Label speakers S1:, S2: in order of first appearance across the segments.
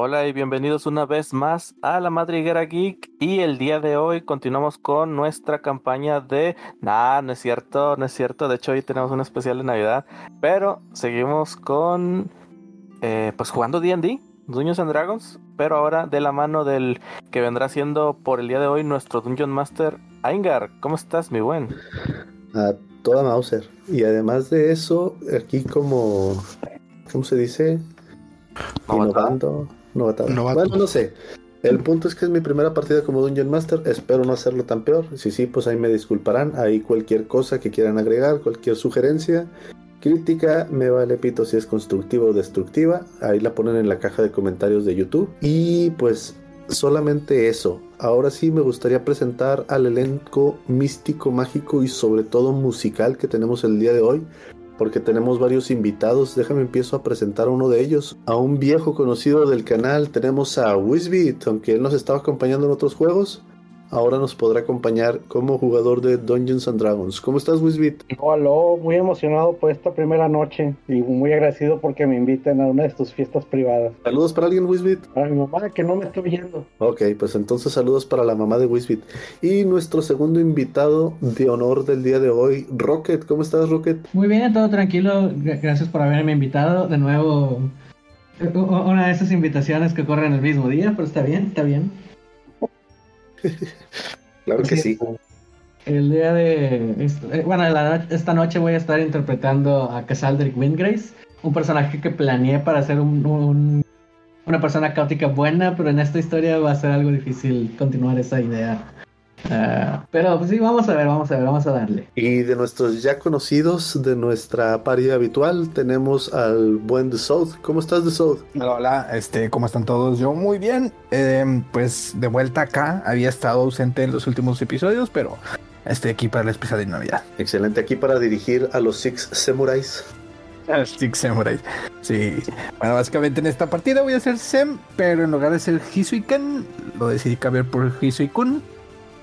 S1: Hola y bienvenidos una vez más a La Madriguera Geek y el día de hoy continuamos con nuestra campaña de... Nah, no es cierto, no es cierto, de hecho hoy tenemos un especial de Navidad, pero seguimos con... eh, pues jugando D&D, Dungeons and Dragons, pero ahora de la mano del que vendrá siendo por el día de hoy nuestro Dungeon Master, Aingar. ¿Cómo estás, mi buen?
S2: a toda Mauser. Y además de eso, aquí como, ¿cómo se dice? Innovando, novatado.
S3: Novato.
S2: Bueno, no sé. El punto es que es mi primera partida como Dungeon Master. Espero no hacerlo tan peor. Si sí, pues ahí me disculparán. Ahí cualquier cosa que quieran agregar, cualquier sugerencia, crítica, me vale pito si es constructiva o destructiva. Ahí la ponen en la caja de comentarios de YouTube. Y pues solamente eso. Ahora sí me gustaría presentar al elenco místico, mágico y sobre todo musical que tenemos el día de hoy, porque tenemos varios invitados. Déjame empiezo a presentar a uno de ellos, a un viejo conocido del canal. Tenemos a Wisbit, aunque él nos estaba acompañando en otros juegos. Ahora nos podrá acompañar como jugador de Dungeons and Dragons. ¿Cómo estás, Wisbit?
S4: No, aló, muy emocionado por esta primera noche y muy agradecido porque me inviten a una de tus fiestas privadas.
S2: Saludos para alguien, Wisbit.
S4: Para mi mamá que no me está viendo.
S2: Ok, pues entonces saludos para la mamá de Wisbit. Y nuestro segundo invitado de honor del día de hoy, Rocket. ¿Cómo estás, Rocket?
S5: Muy bien, todo tranquilo. Gra- Gracias por haberme invitado. De nuevo, u- u- una de esas invitaciones que ocurren el mismo día, pero está bien, está bien.
S2: Claro
S5: que sí. El día de. est- eh, Bueno, la no- esta noche voy a estar interpretando a Casaldric Windgrace, un personaje que planeé para ser un- un- una persona caótica buena, pero en esta historia va a ser algo difícil continuar esa idea. Ah, pero pues sí, vamos a ver, vamos a ver, vamos a darle.
S2: Y de nuestros ya conocidos, de nuestra paria habitual, tenemos al buen The South. ¿Cómo estás, The South?
S3: Hola, este, ¿cómo están todos? Yo muy bien. Eh, pues de vuelta acá, había estado ausente en los últimos episodios, pero estoy aquí para el especial de Navidad.
S2: Excelente, aquí para dirigir a los Six Samurais.
S3: El Six Samurai. Sí. Bueno, básicamente en esta partida voy a ser Sem, pero en lugar de ser Hisuiken, lo decidí cambiar por Hisuikun,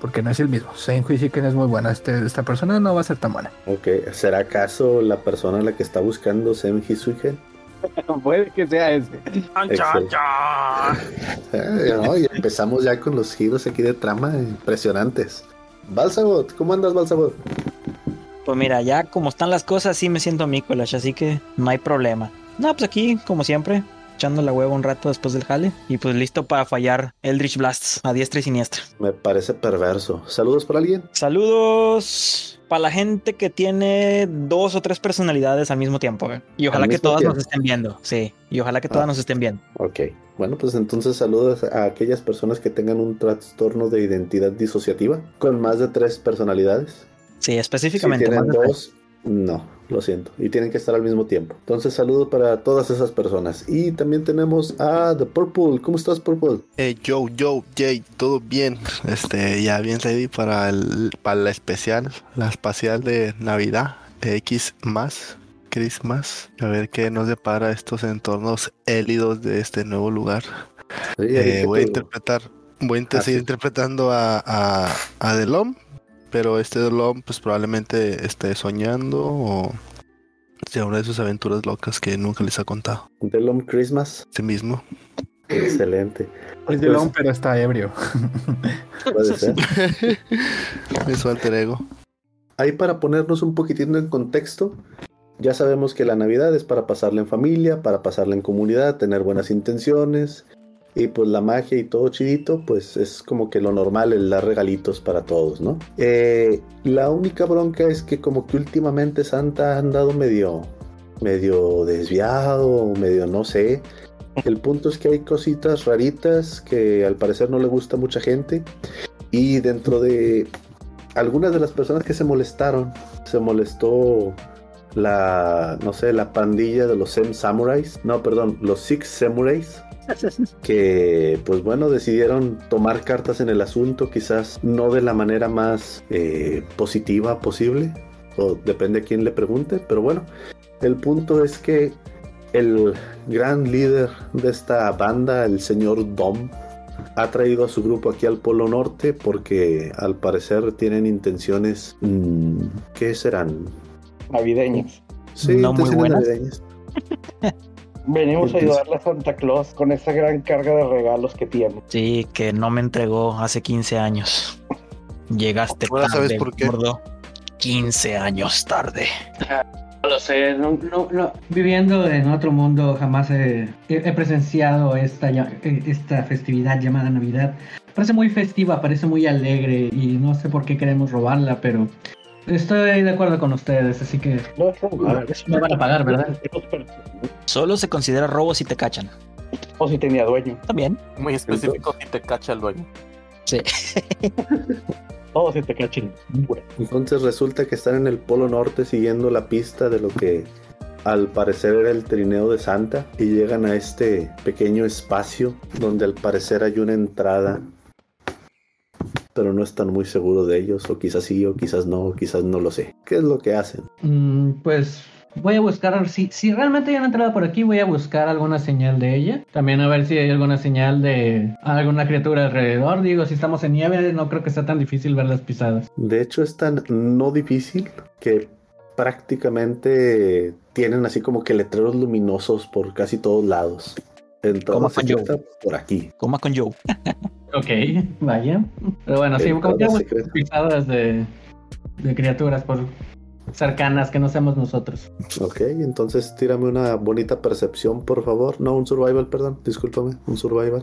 S3: porque no es el mismo. Sem Hisuiken es muy buena, este, esta persona no va a ser tan buena.
S2: Ok, ¿será acaso la persona a la que está buscando Sem Hisuigen?
S3: Puede que sea este.
S2: Excel. Eh, no, y empezamos ya con los giros aquí de trama impresionantes. Balsabot, ¿cómo andas, Balsabot?
S6: Pues mira, ya como están las cosas, sí me siento Mikolas, así que no hay problema. No, pues aquí, como siempre, echando la hueva un rato después del jale. Y pues listo para fallar Eldritch Blasts a diestra y siniestra.
S2: Me parece perverso. ¿Saludos para alguien?
S6: Saludos para la gente que tiene dos o tres personalidades al mismo tiempo. güey. Y ojalá
S2: Al
S6: que
S2: mismo
S6: todas
S2: tiempo.
S6: nos estén viendo. Sí, y ojalá que
S2: Ah.
S6: todas nos estén viendo.
S2: Ok. Bueno, pues entonces saludos a aquellas personas que tengan un trastorno de identidad disociativa con más de tres personalidades.
S6: Sí,
S2: Si
S6: específicamente.
S2: tienen
S6: más de-
S2: dos, no, lo siento. Y tienen que estar al mismo tiempo. Entonces saludos para todas esas personas. Y también tenemos a The Purple. ¿Cómo estás, Purple?
S7: Eh, yo, yo, Jay, todo bien. Este, ya bien ready para el, para la especial, la espacial de Navidad, de X más, Christmas. A ver qué nos depara estos entornos élidos de este nuevo lugar.
S2: Sí,
S7: Eh,
S2: ahí que
S7: voy a
S2: tú-
S7: interpretar, voy a inter-
S2: Ah,
S7: seguir
S2: sí.
S7: interpretando a, a, a Delom, pero este Delom pues probablemente esté soñando o sea una de sus aventuras locas que nunca les ha contado.
S2: The Long Christmas.
S7: Sí mismo.
S2: Excelente. Pues,
S3: Es de Long, pero está ebrio.
S2: Puede ser.
S7: Es su alter ego.
S2: Ahí para ponernos un poquitito en contexto, ya sabemos que la Navidad es para pasarla en familia, para pasarla en comunidad, tener buenas intenciones y pues la magia y todo chidito, pues es como que lo normal el dar regalitos para todos, ¿no? Eh, la única bronca es que como que últimamente Santa ha andado medio, medio desviado, medio no sé. El punto es que hay cositas raritas que al parecer no le gusta a mucha gente y dentro de algunas de las personas que se molestaron, se molestó la, no sé, la pandilla de los Sem Samurais, no, perdón, los Six Samurais, que pues bueno, decidieron tomar cartas en el asunto, quizás no de la manera más eh, positiva posible, o depende a quién le pregunte, pero bueno, el punto es que el gran líder de esta banda, el señor Dom, ha traído a su grupo aquí al Polo Norte porque al parecer tienen intenciones mm, ¿qué serán?
S4: Navideños.
S6: No muy
S2: intenciones
S6: buenas.
S2: navideñas.
S4: Venimos a
S2: Entonces-
S4: ayudarle a Santa Claus con esa gran carga de regalos que tiene.
S6: Sí, que no me entregó hace 15 años. Llegaste
S7: Ahora
S6: tarde,
S7: sabes por qué.
S6: gordo. 15 años tarde.
S5: No lo sé, no, no, no. viviendo en otro mundo jamás he, he- he presenciado esta, ya- eh, esta festividad llamada Navidad. Parece muy festiva, parece muy alegre y no sé por qué queremos robarla, pero estoy de acuerdo con ustedes, así que
S4: No es robar.
S5: me van a pagar, ¿verdad?
S6: Solo se considera robo si te cachan.
S4: O si tenía dueño.
S6: También.
S1: Muy específico si te cacha el dueño.
S4: O si te cachen. Bueno,
S2: Entonces resulta que están en el Polo Norte siguiendo la pista de lo que al parecer era el trineo de Santa y llegan a este pequeño espacio donde al parecer hay una entrada, pero no están muy seguros de ellos, o quizás sí, o quizás no, o quizás no lo sé. ¿Qué es lo que hacen?
S5: Mm, pues voy a buscar, si, si realmente ya han entrado por aquí, voy a buscar alguna señal de ella. También a ver si hay alguna señal de alguna criatura alrededor. Digo, si estamos en nieve, no creo que sea tan difícil ver las pisadas.
S2: De hecho es tan no difícil que prácticamente tienen así como que letreros luminosos por casi todos lados.
S6: Como
S2: Entonces
S6: Joe.
S2: está por aquí.
S6: Coma con Joe.
S5: Ok, vaya. Pero bueno, sí, como que ya
S2: Entrada
S5: busco
S2: secreta.
S5: pisadas de, de criaturas por cercanas que no seamos nosotros.
S2: Ok, entonces tírame una bonita percepción, por favor. No, un survival, perdón, discúlpame, un survival.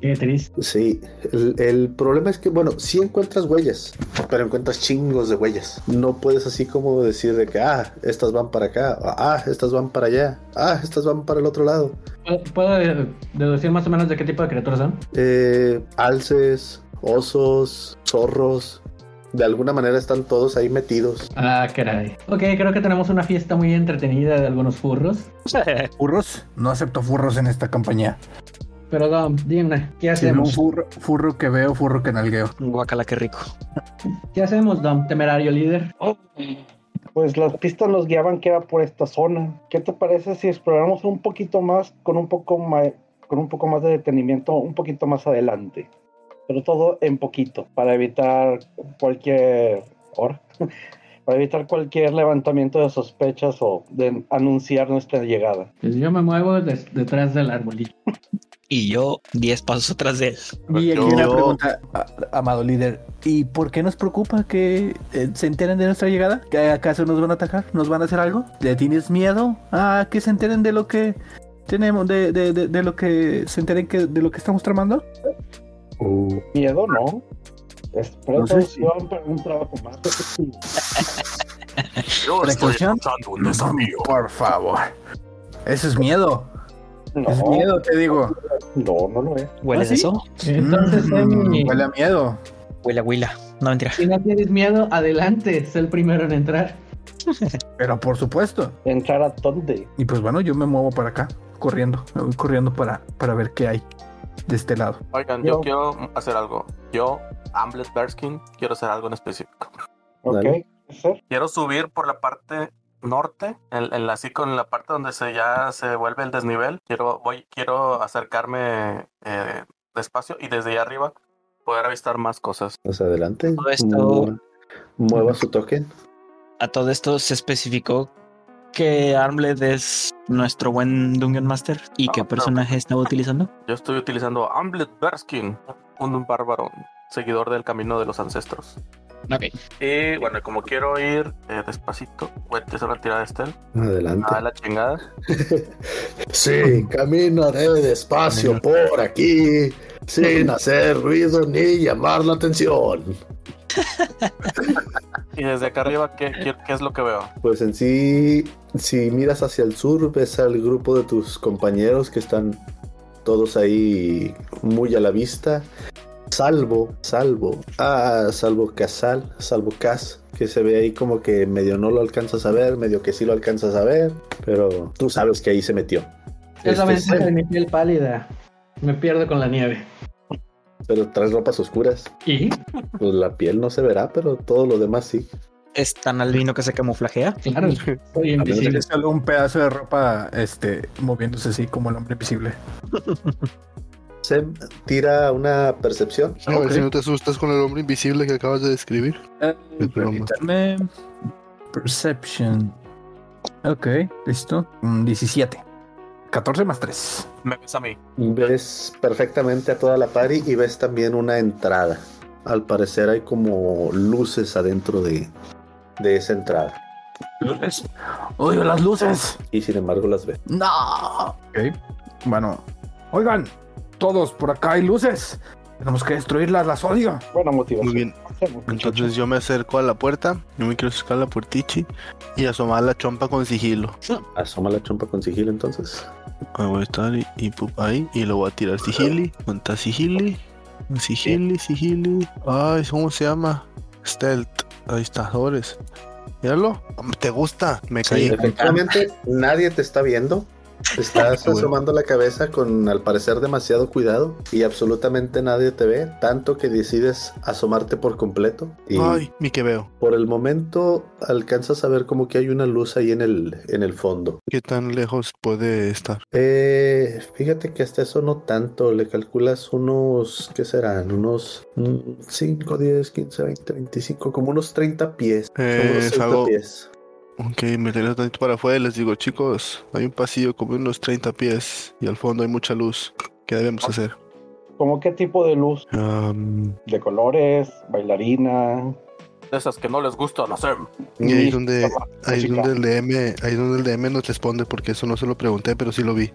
S5: Qué triste.
S2: Sí, el, el problema es que, bueno, sí encuentras huellas, pero encuentras chingos de huellas. No puedes así como decir de que, ah, estas van para acá, ah, estas van para allá, ah, estas van para el otro lado.
S5: ¿Puedo- ¿Puedo deducir más o menos de qué tipo de criaturas son?
S2: Eh, alces, osos, zorros, de alguna manera están todos ahí metidos.
S5: Ah, caray. Ok, creo que tenemos una fiesta muy entretenida de algunos furros.
S3: ¿Furros? No acepto furros en esta compañía.
S5: Pero Dom, dime, ¿qué
S3: Si veo un
S5: hacemos?
S3: furro, furro que veo, furro que nalgueo.
S6: Guacala, qué rico.
S5: ¿Qué hacemos, Dom? Temerario líder.
S4: Pues las pistas nos guiaban que era por esta zona. ¿Qué te parece si exploramos un poquito más con un poco más, con un poco más de detenimiento un poquito más adelante? Pero todo en poquito para evitar cualquier hora, para evitar cualquier levantamiento de sospechas o de anunciar nuestra llegada.
S5: Pues yo me muevo des- detrás del arbolito.
S6: Y yo 10 pasos atrás de él.
S3: Y aquí
S7: Pues Yo-
S3: una
S7: yo-
S3: pregunta, a- amado líder. ¿Y por qué nos preocupa que eh, se enteren de nuestra llegada? ¿Que acaso nos van a atacar? ¿Nos van a hacer algo? ¿Le tienes miedo a que se enteren de lo que tenemos, de, de- de- de lo que se enteren que, de lo que estamos tramando?
S4: Miedo, ¿no? Es
S3: No sé si-
S4: precaución para un trabajo más efectivo.
S8: Yo
S3: ¿Precaución?
S8: pasando un desafío.
S3: Por favor. Eso es miedo.
S4: No,
S3: Es miedo, te digo.
S4: no, no lo es.
S6: ¿Hueles
S5: ¿Ah, sí?
S6: eso?
S5: Entonces,
S3: Mm,
S5: Emi,
S3: huele a miedo.
S6: Huele a huila. No, mentira.
S5: si no tienes miedo, adelante, es el primero en entrar.
S3: Pero por supuesto.
S4: ¿Entrar a dónde?
S3: Y pues bueno, yo me muevo para acá, corriendo. Me voy corriendo para, para ver qué hay de este lado.
S1: Oigan, yo
S4: Yo-
S1: quiero hacer algo. Yo, Amblet Berskin, quiero hacer algo en específico.
S4: ¿Ok?
S2: Dale.
S4: ¿Hacer?
S1: Quiero subir por la parte norte, en, en la, así con la parte donde se ya se vuelve el desnivel. Quiero, voy, quiero acercarme eh, despacio y desde allá arriba poder avistar más cosas.
S2: Más Pues adelante.
S6: Todo esto-
S2: Mueva, mueva su token.
S6: A todo esto se especificó que Armled es nuestro buen Dungeon Master y qué
S1: Ah, no.
S6: personaje estaba utilizando.
S1: Yo estoy utilizando Amblet Berskin, un bárbaro, seguidor del camino de los ancestros.
S6: Ok.
S1: Y bueno, como quiero ir eh, despacito, voy a hacer una tirada de Estel.
S2: Adelante.
S6: Ah,
S1: Nada de la chingada.
S2: Sí, caminaré despacio por aquí, sin hacer ruido ni llamar la atención.
S1: Y desde acá arriba, ¿qué, qué, qué es lo que veo?
S2: Pues en sí, si miras hacia el sur, ves al grupo de tus compañeros que están todos ahí muy a la vista. Salvo, salvo, ah, salvo Casal, salvo Cas, que se ve ahí como que medio no lo alcanzas a ver, medio que sí lo alcanzas a ver, pero tú sabes que ahí se metió.
S5: Es la
S2: Este,
S5: ventaja de mi piel pálida. Me pierdo con la nieve.
S2: pero traes ropas oscuras,
S5: ¿Y?
S2: pues la piel no se verá, pero todo lo demás sí.
S6: Es tan albino que se camuflajea.
S5: Claro, soy invisible.
S3: Tiene solo un pedazo de ropa este, moviéndose así como el hombre invisible.
S2: Sem tira una percepción.
S7: A ver si no te asustas con el hombre invisible que acabas de describir.
S3: Eh,
S7: El plomo.
S3: permítanme. Perception. Ok, listo. Mm, 17. 14 más 3.
S1: Me ves a mí.
S2: Ves perfectamente a toda la party y ves también una entrada. Al parecer hay como luces adentro de, de esa entrada.
S3: ¿Luces? ¡Odio las luces!
S2: Y sin embargo las ves.
S3: ¡No! Ok. Bueno, oigan, todos por acá hay luces. Tenemos que destruirlas, las odio.
S4: Buena motivación.
S7: Muy bien.
S4: Hacemos, muchachos.
S7: Entonces yo me acerco a la puerta, yo me quiero acercar a la puertichi y asomar la chompa con sigilo.
S2: Asoma la chompa con sigilo entonces.
S7: Ahí voy a estar y, y pup, ahí, y lo voy a tirar sigili. ¿Cuánta sigili? Sigili, sigili. Ay, ¿cómo se llama? Stealth. Ahí está, sobres. Míralo. ¿Te gusta? Me caí.
S2: Efectivamente, nadie te está viendo. Estás
S7: Bueno.
S2: asomando la cabeza con al parecer demasiado cuidado y absolutamente nadie te ve, tanto que decides asomarte por completo. Y
S7: Ay, mi que veo.
S2: por el momento alcanzas a ver como que hay una luz ahí en el, en el fondo.
S7: ¿Qué tan lejos puede estar?
S2: Eh, fíjate que hasta eso no tanto, le calculas unos, ¿qué serán? Unos mm, 5, 10, 15, 20, 25, como unos 30 pies. como
S7: Eh,
S2: unos 30
S7: salgo-
S2: pies.
S7: Ok, me regreso tantito para afuera y les digo, chicos, hay un pasillo como de unos 30 pies y al fondo hay mucha luz. ¿Qué debemos hacer?
S4: ¿Cómo qué tipo de luz?
S7: Am,
S4: ¿De colores? ¿Bailarina?
S1: De esas que no les gustan hacer.
S7: y ahí
S4: Sí,
S7: es donde,
S4: toma,
S7: ahí es
S4: chica.
S7: donde el DM, ahí es donde el DM nos responde porque eso no se lo pregunté, pero sí lo vi.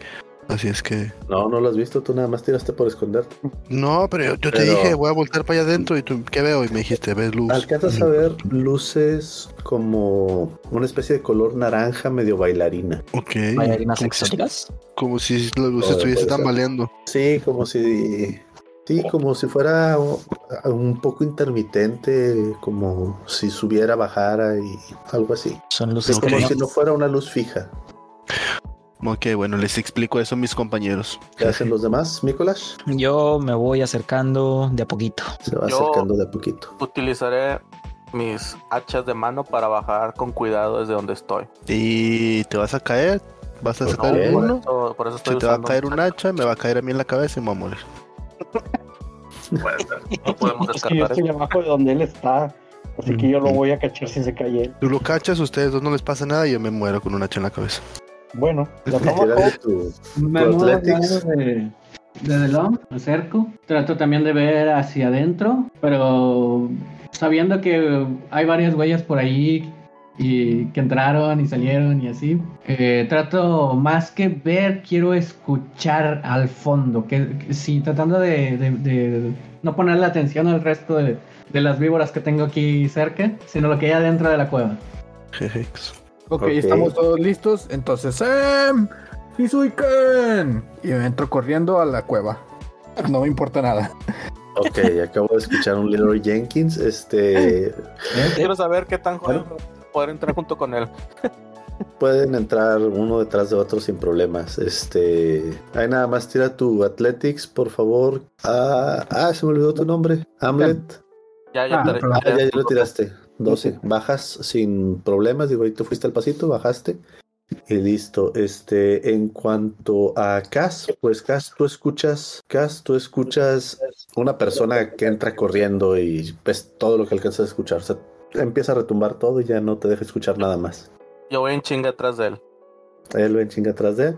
S7: Así es que.
S2: No, no lo has visto, tú nada más tiraste por esconderte.
S7: No, pero yo, yo te
S2: Pero-
S7: dije, voy a voltear para allá adentro y tú, ¿qué veo? Y me dijiste, ves luz.
S2: Alcanzas a
S7: Mm,
S2: ver luces como una especie de color naranja medio bailarina.
S7: Ok.
S6: Bailarinas
S7: Como si,
S6: exóticas.
S7: como si la luz
S2: Puede-
S7: estuviese
S2: puede ser.
S7: tambaleando.
S2: Sí, como si. Sí, como si fuera o- un poco intermitente, como si subiera, bajara y algo así.
S6: Son
S2: Es
S6: luces
S7: Ok.
S2: como
S6: que no-
S2: si no fuera una luz fija.
S7: Ok, bueno, les explico eso a mis compañeros.
S2: ¿Qué hacen los demás, Nicolás?
S6: Yo me voy acercando de a poquito.
S2: Se va
S1: Yo-
S2: acercando de a poquito.
S1: Utilizaré mis hachas de mano para bajar con cuidado desde donde estoy.
S7: ¿Y te vas a caer? ¿Vas a
S2: Pues
S7: sacar
S2: no,
S1: por,
S7: uno?
S1: eso, por eso estoy
S7: Si te va a
S1: usando
S7: caer
S1: mis
S7: un hacha, me va a caer a mí en la cabeza y me va a morir.
S1: hachas. No podemos
S4: Es
S1: descartar
S4: que yo
S1: eso.
S4: estoy abajo de donde él está. Así que yo lo voy a cachar si se cae él.
S7: Tú lo cachas, ustedes dos no les pasa nada y yo me muero con un hacha en la cabeza.
S4: Bueno, ya
S2: Te
S4: estamos.
S2: tiras de tu-
S5: Me
S2: Por
S5: muevo al
S2: Athletics.
S5: lado de, de Delon, me acerco. Trato también de ver hacia adentro, pero sabiendo que hay varias huellas por ahí y que entraron y salieron y así, eh, trato más que ver, quiero escuchar al fondo. Que, que sí, tratando de, de- de no ponerle atención al resto de, de las víboras que tengo aquí cerca, sino lo que hay adentro de la cueva.
S7: Jejex.
S3: Ok,
S2: Ok.
S3: estamos todos listos. Entonces, Sam, Hisuiken. Y me entro corriendo a la cueva. No me importa nada.
S2: Ok, acabo de escuchar un Leroy Jenkins. Este,
S1: Quiero saber qué tan joven para poder entrar junto con él.
S2: Pueden entrar uno detrás de otro sin problemas. Este. Ahí nada más tira tu Athletics, por favor. Ah, ah, se me olvidó tu nombre. Hamlet.
S1: Ya, ya,
S3: Ah,
S1: te-
S3: pero-
S2: Ah, ya, ya lo tiraste. 12. Bajas sin problemas. Digo, ahí te fuiste al pasito, bajaste. Y listo. Este, en cuanto a Cas, pues Cas, tú escuchas. Cas, tú escuchas una persona que entra corriendo y ves todo lo que alcanzas a escuchar. O sea, empieza a retumbar todo y ya no te deja escuchar nada más.
S1: Yo voy en chinga atrás de él.
S2: Él ven chinga atrás de él.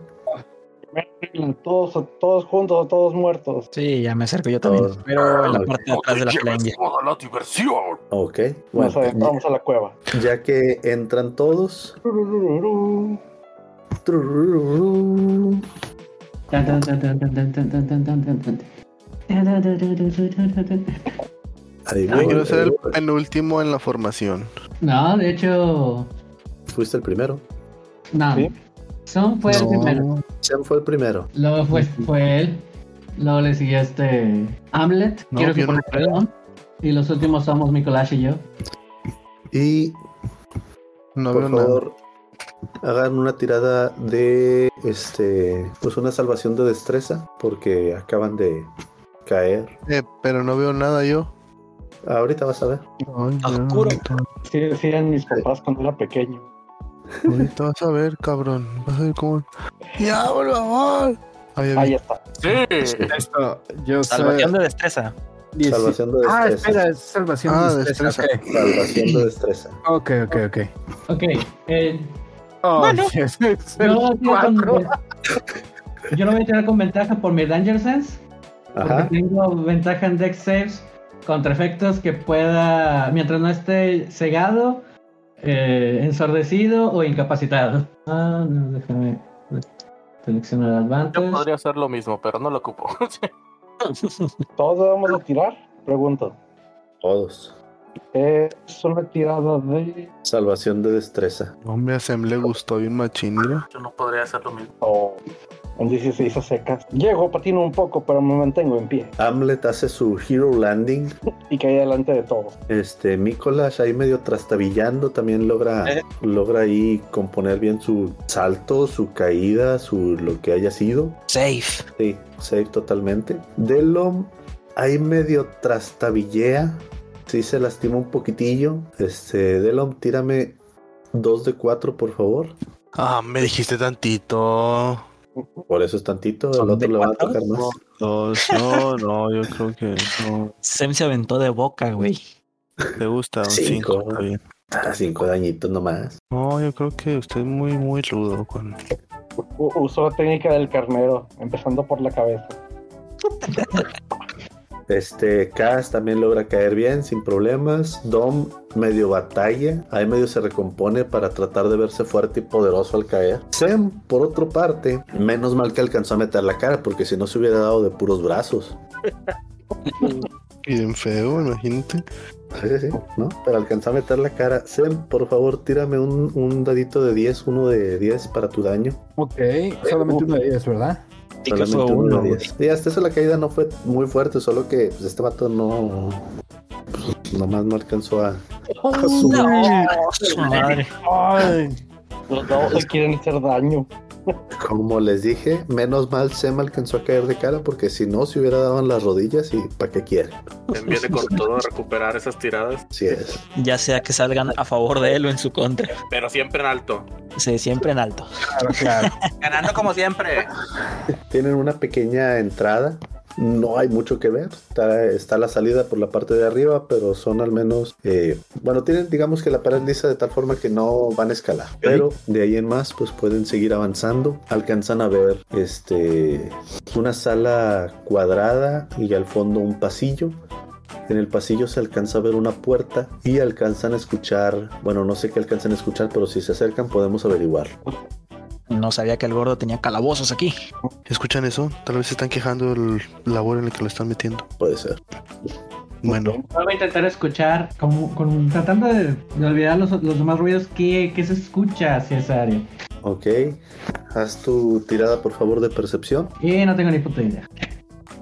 S4: Todos, todos juntos, todos muertos.
S6: Sí, ya me acerco yo también. Oh,
S2: Todos.
S6: Pero en la
S2: Ok.
S6: parte de
S8: No
S6: atrás
S8: te
S6: de la
S8: lleves
S6: playa.
S8: toda la diversión.
S2: Ok.
S4: Nos
S2: Bueno,
S4: adentramos a la cueva.
S2: ya que entran todos.
S4: Tururururú.
S2: trurururú,
S5: Tan, tan, tan, tan, tan, tan, tan, tan, tan, tan, tan, tan. Tan, tan, tan, tan, tan, tan, tan, tan.
S2: Ahí
S7: Yo
S2: voy,
S7: quiero ser
S2: ahí
S7: el
S2: voy.
S7: penúltimo en la formación.
S5: No, de hecho,
S2: Fuiste el primero.
S5: no.
S4: ¿Sí?
S5: Son fue el primero.
S2: Sam fue el primero.
S5: Luego fue, fue él. Luego le siguió este Hamlet.
S7: No,
S5: Quiero que
S7: yo no
S5: ponga
S7: creo.
S5: perdón. Y los últimos somos Nicolás y yo.
S2: Y
S7: No
S2: por
S7: veo nada.
S2: favor, hagan una tirada de este. Pues una salvación de destreza. Porque acaban de caer.
S7: Eh, pero no veo nada yo.
S2: Ahorita vas a ver.
S6: Oscuro.
S4: Sí, decían mis papás cuando era pequeño.
S7: Ahorita vas a ver, cabrón. Vas a ver cómo. ¡Ya, por favor! Ahí
S4: Ahí
S7: vi.
S4: está.
S1: Sí.
S3: Esto, yo soy
S6: Salvación de destreza.
S3: dieci-
S2: Salvación de
S3: Ah,
S2: destreza.
S3: espera, es salvación
S7: Ah,
S3: de destreza.
S7: destreza.
S2: Salvación de destreza.
S3: Ok, ok, ok.
S5: Ok. eh,
S3: Oh,
S5: Bueno.
S3: yes, es el
S5: no, no,
S3: cuatro.
S5: no, Yo lo voy a tirar con ventaja por mi Danger Sense. Porque
S2: Ajá.
S5: tengo ventaja en Dex Saves contra efectos que pueda, mientras no esté cegado, eh, ensordecido o incapacitado. Ah, no, déjame seleccionar
S1: Yo
S5: Advantage.
S1: podría hacer lo mismo, pero no lo ocupo.
S4: ¿Todos debemos de tirar? Pregunto.
S2: Todos.
S4: Es una tirada de...
S2: Salvación de destreza.
S7: Hombre, a Sem le gustó bien machín, mira.
S1: Yo no podría hacer lo mismo.
S4: o oh, un 16 a secas. Llego, patino un poco, pero me mantengo en pie.
S2: Hamlet hace su hero landing.
S4: Y caí delante de todos.
S2: Este, Mikolas ahí medio trastabillando también logra, logra ahí componer bien su salto, su caída, su lo que haya sido.
S6: Safe.
S2: Sí, safe totalmente. Delom ahí medio trastabillea. Sí se lastima un poquitillo. Este, Delom, tírame dos de cuatro, por favor.
S7: Ah, me dijiste tantito.
S2: Por eso es tantito,
S6: ¿Son
S2: al otro
S6: de
S2: le va a
S6: cuatro?
S2: tocar más.
S7: Dos, no, no, yo creo que no.
S6: Sem se aventó de boca, güey.
S7: ¿Te gusta? Un
S2: Cinco.
S7: cinco, está bien.
S2: Ah, cinco dañitos nomás.
S7: No, yo creo que usted es muy, muy rudo con.
S4: U- uso la técnica del carnero, empezando por la cabeza.
S2: Este, Cass también logra caer bien, sin problemas. Dom medio batalla, ahí medio se recompone para tratar de verse fuerte y poderoso al caer. Sem, por otra parte, menos mal que alcanzó a meter la cara, porque si no se hubiera dado de puros brazos.
S7: Bien feo, imagínate.
S2: Sí, sí, sí, ¿no? Pero alcanzó a meter la cara. Sem, por favor, tírame un, un dadito de 10, uno de 10 para tu daño.
S3: Ok, solamente uno de ellos, ¿verdad?
S6: Sí que fue
S2: Solamente uno
S6: uno,
S2: de
S6: güey.
S2: 10. Y hasta eso la caída no fue muy fuerte, solo que pues, este vato no... pues, nomás no alcanzó a... a su-
S6: Su madre.
S4: Los dados le quieren hacer daño.
S2: Como les dije, menos mal Sem alcanzó a caer de cara porque si no se hubiera dado en las rodillas y para qué quiere.
S1: Viene con todo a recuperar esas tiradas,
S2: Así es.
S6: Ya sea que salgan a favor de él o en su contra.
S1: pero siempre en alto.
S6: Sí, siempre en alto.
S3: Claro, claro.
S1: Ganando como siempre.
S2: Tienen una pequeña entrada. No hay mucho que ver. Está, está la salida por la parte de arriba, pero son al menos. eh, bueno, tienen, digamos que la pared lisa de tal forma que no van a escalar. Pero de ahí en más, pues pueden seguir avanzando. Alcanzan a ver este, una sala cuadrada y al fondo un pasillo. En el pasillo se alcanza a ver una puerta y alcanzan a escuchar. Bueno, no sé qué alcanzan a escuchar, pero si se acercan, podemos averiguar.
S6: No sabía que el gordo tenía calabozos aquí.
S7: ¿Escuchan eso? Tal vez se están quejando el labor en el que lo están metiendo.
S2: Puede ser.
S7: Bueno,
S5: Voy a intentar escuchar, como, con, tratando de, de olvidar los, los demás ruidos, ¿qué, qué se escucha hacia esa área?
S2: Ok, haz tu tirada por favor de percepción.
S5: Y Eh, no tengo ni puta idea.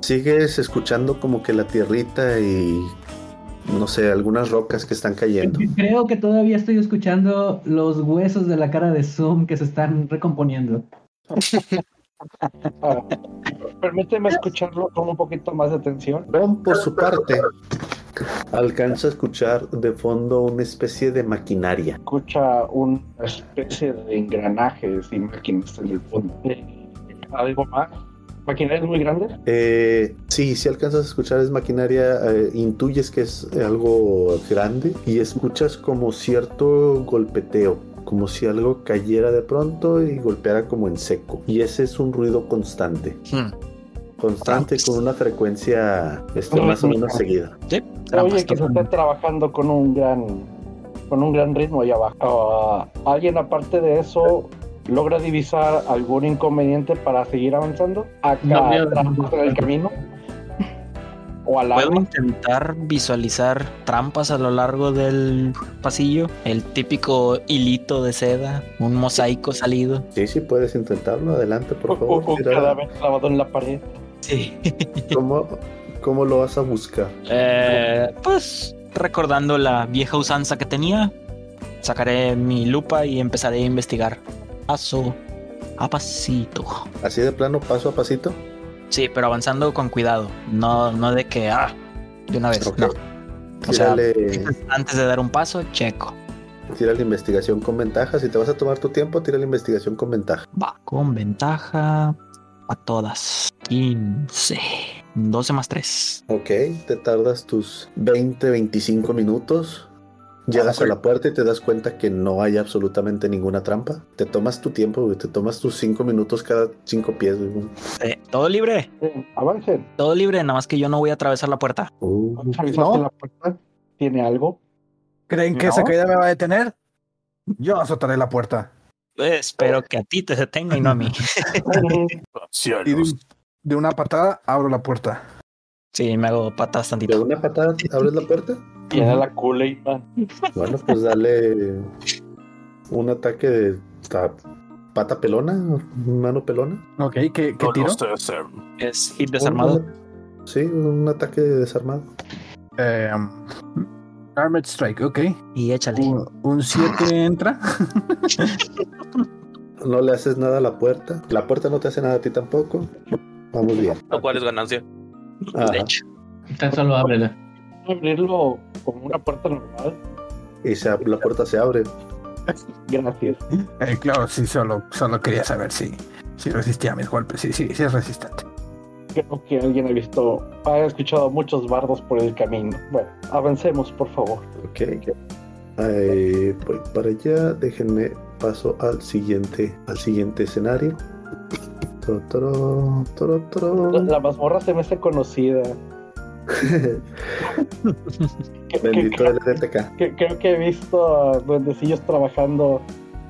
S2: Sigues escuchando como que la tierrita y no sé, algunas rocas que están cayendo.
S5: Creo que todavía estoy escuchando los huesos de la cara de Zoom que se están recomponiendo.
S4: Ah, permíteme escucharlo con un poquito más de atención.
S2: Bon, por su parte, alcanza a escuchar de fondo una especie de maquinaria.
S4: Escucha una especie de engranajes y máquinas en el fondo. Eh, ¿Algo más? ¿Maquinaria es muy grande?
S2: Eh, sí, si alcanzas a escuchar es maquinaria, eh, intuyes que es algo grande y escuchas como cierto golpeteo. Como si algo cayera de pronto y golpeara como en seco. Y ese es un ruido constante.
S6: Hmm.
S2: constante con una frecuencia este, más o menos seguida.
S4: Oye, que se está trabajando con un gran con un gran ritmo allá abajo. Ah, ¿Alguien aparte de eso logra divisar algún inconveniente para seguir avanzando? Acá
S5: No, yo-
S4: trampas en el camino. O al
S6: Puedo
S4: lado.
S6: intentar visualizar trampas a lo largo del pasillo, el típico hilito de seda, un mosaico salido.
S2: Sí, sí, puedes intentarlo. Adelante, por favor.
S4: Un
S2: tira-
S4: cadáver clavado en la pared.
S6: Sí.
S2: ¿Cómo, cómo lo vas a buscar?
S6: Eh, pues recordando la vieja usanza que tenía, sacaré mi lupa y empezaré a investigar paso a pasito.
S2: Así de plano, paso a pasito.
S6: Sí, pero avanzando con cuidado, no, no de que ah, de una vez.
S2: Ok.
S6: No. O sea,
S2: Tírale,
S6: antes de dar un paso, checo.
S2: tira la investigación con ventaja. Si te vas a tomar tu tiempo, tira la investigación con ventaja.
S6: Va, con ventaja a todas. 15. 12 más 3.
S2: Ok, te tardas tus 20, 25 minutos. Llegas a la puerta y te das cuenta que no hay absolutamente ninguna trampa. Te tomas tu tiempo, güey. Te tomas tus cinco minutos cada cinco pies, güey.
S6: Eh, todo libre,
S4: Eh, avancen.
S6: todo libre, nada más que yo no voy a atravesar la puerta.
S2: Uh,
S4: Charizard en la puerta. ¿Tiene algo?
S3: ¿Creen que
S4: No.
S3: esa caída me va a detener? Yo azotaré la puerta.
S6: Eh, espero que a ti te detenga y no a mí.
S3: Y de,
S8: Cielos.
S3: un- de una patada abro la puerta.
S6: Sí, me hago patas
S2: ¿De
S6: tantito.
S2: una patada abres la puerta?
S4: Tiene la cool y man.
S2: Bueno, pues dale un ataque de ta- pata pelona, mano pelona.
S3: Ok, ¿qué, qué
S8: No
S3: tiro?
S8: lo sé
S1: eh,
S8: hacer.
S6: Es hit desarmado.
S2: Un- sí, un ataque desarmado.
S3: Eh, Armored Strike, ok.
S6: Oh, Y
S2: Uh,
S6: échale.
S3: Un- Un 7 entra.
S2: No le haces nada a la puerta. La puerta no te hace nada a ti tampoco. Vamos bien.
S1: Lo cual es ganancia.
S2: Ajá.
S6: De hecho,
S5: Tan solo ábrela.
S4: Abrirlo como una puerta normal.
S2: Y se ab- la puerta se abre.
S4: Gracias.
S3: Eh, claro, sí, solo, solo quería saber si, si resistía a mis golpes. Sí, sí, sí es resistente.
S4: Creo que alguien ha visto, ha escuchado muchos bardos por el camino. Bueno, avancemos, por favor.
S2: Ok. Ahí voy para allá. Déjenme paso al siguiente, al siguiente escenario. Toro, toro, toro, toro.
S4: La, la mazmorra se me hace conocida. Que- que-
S2: Bendito
S4: que-
S2: el DTK.
S4: que- creo que he visto a duendecillos trabajando,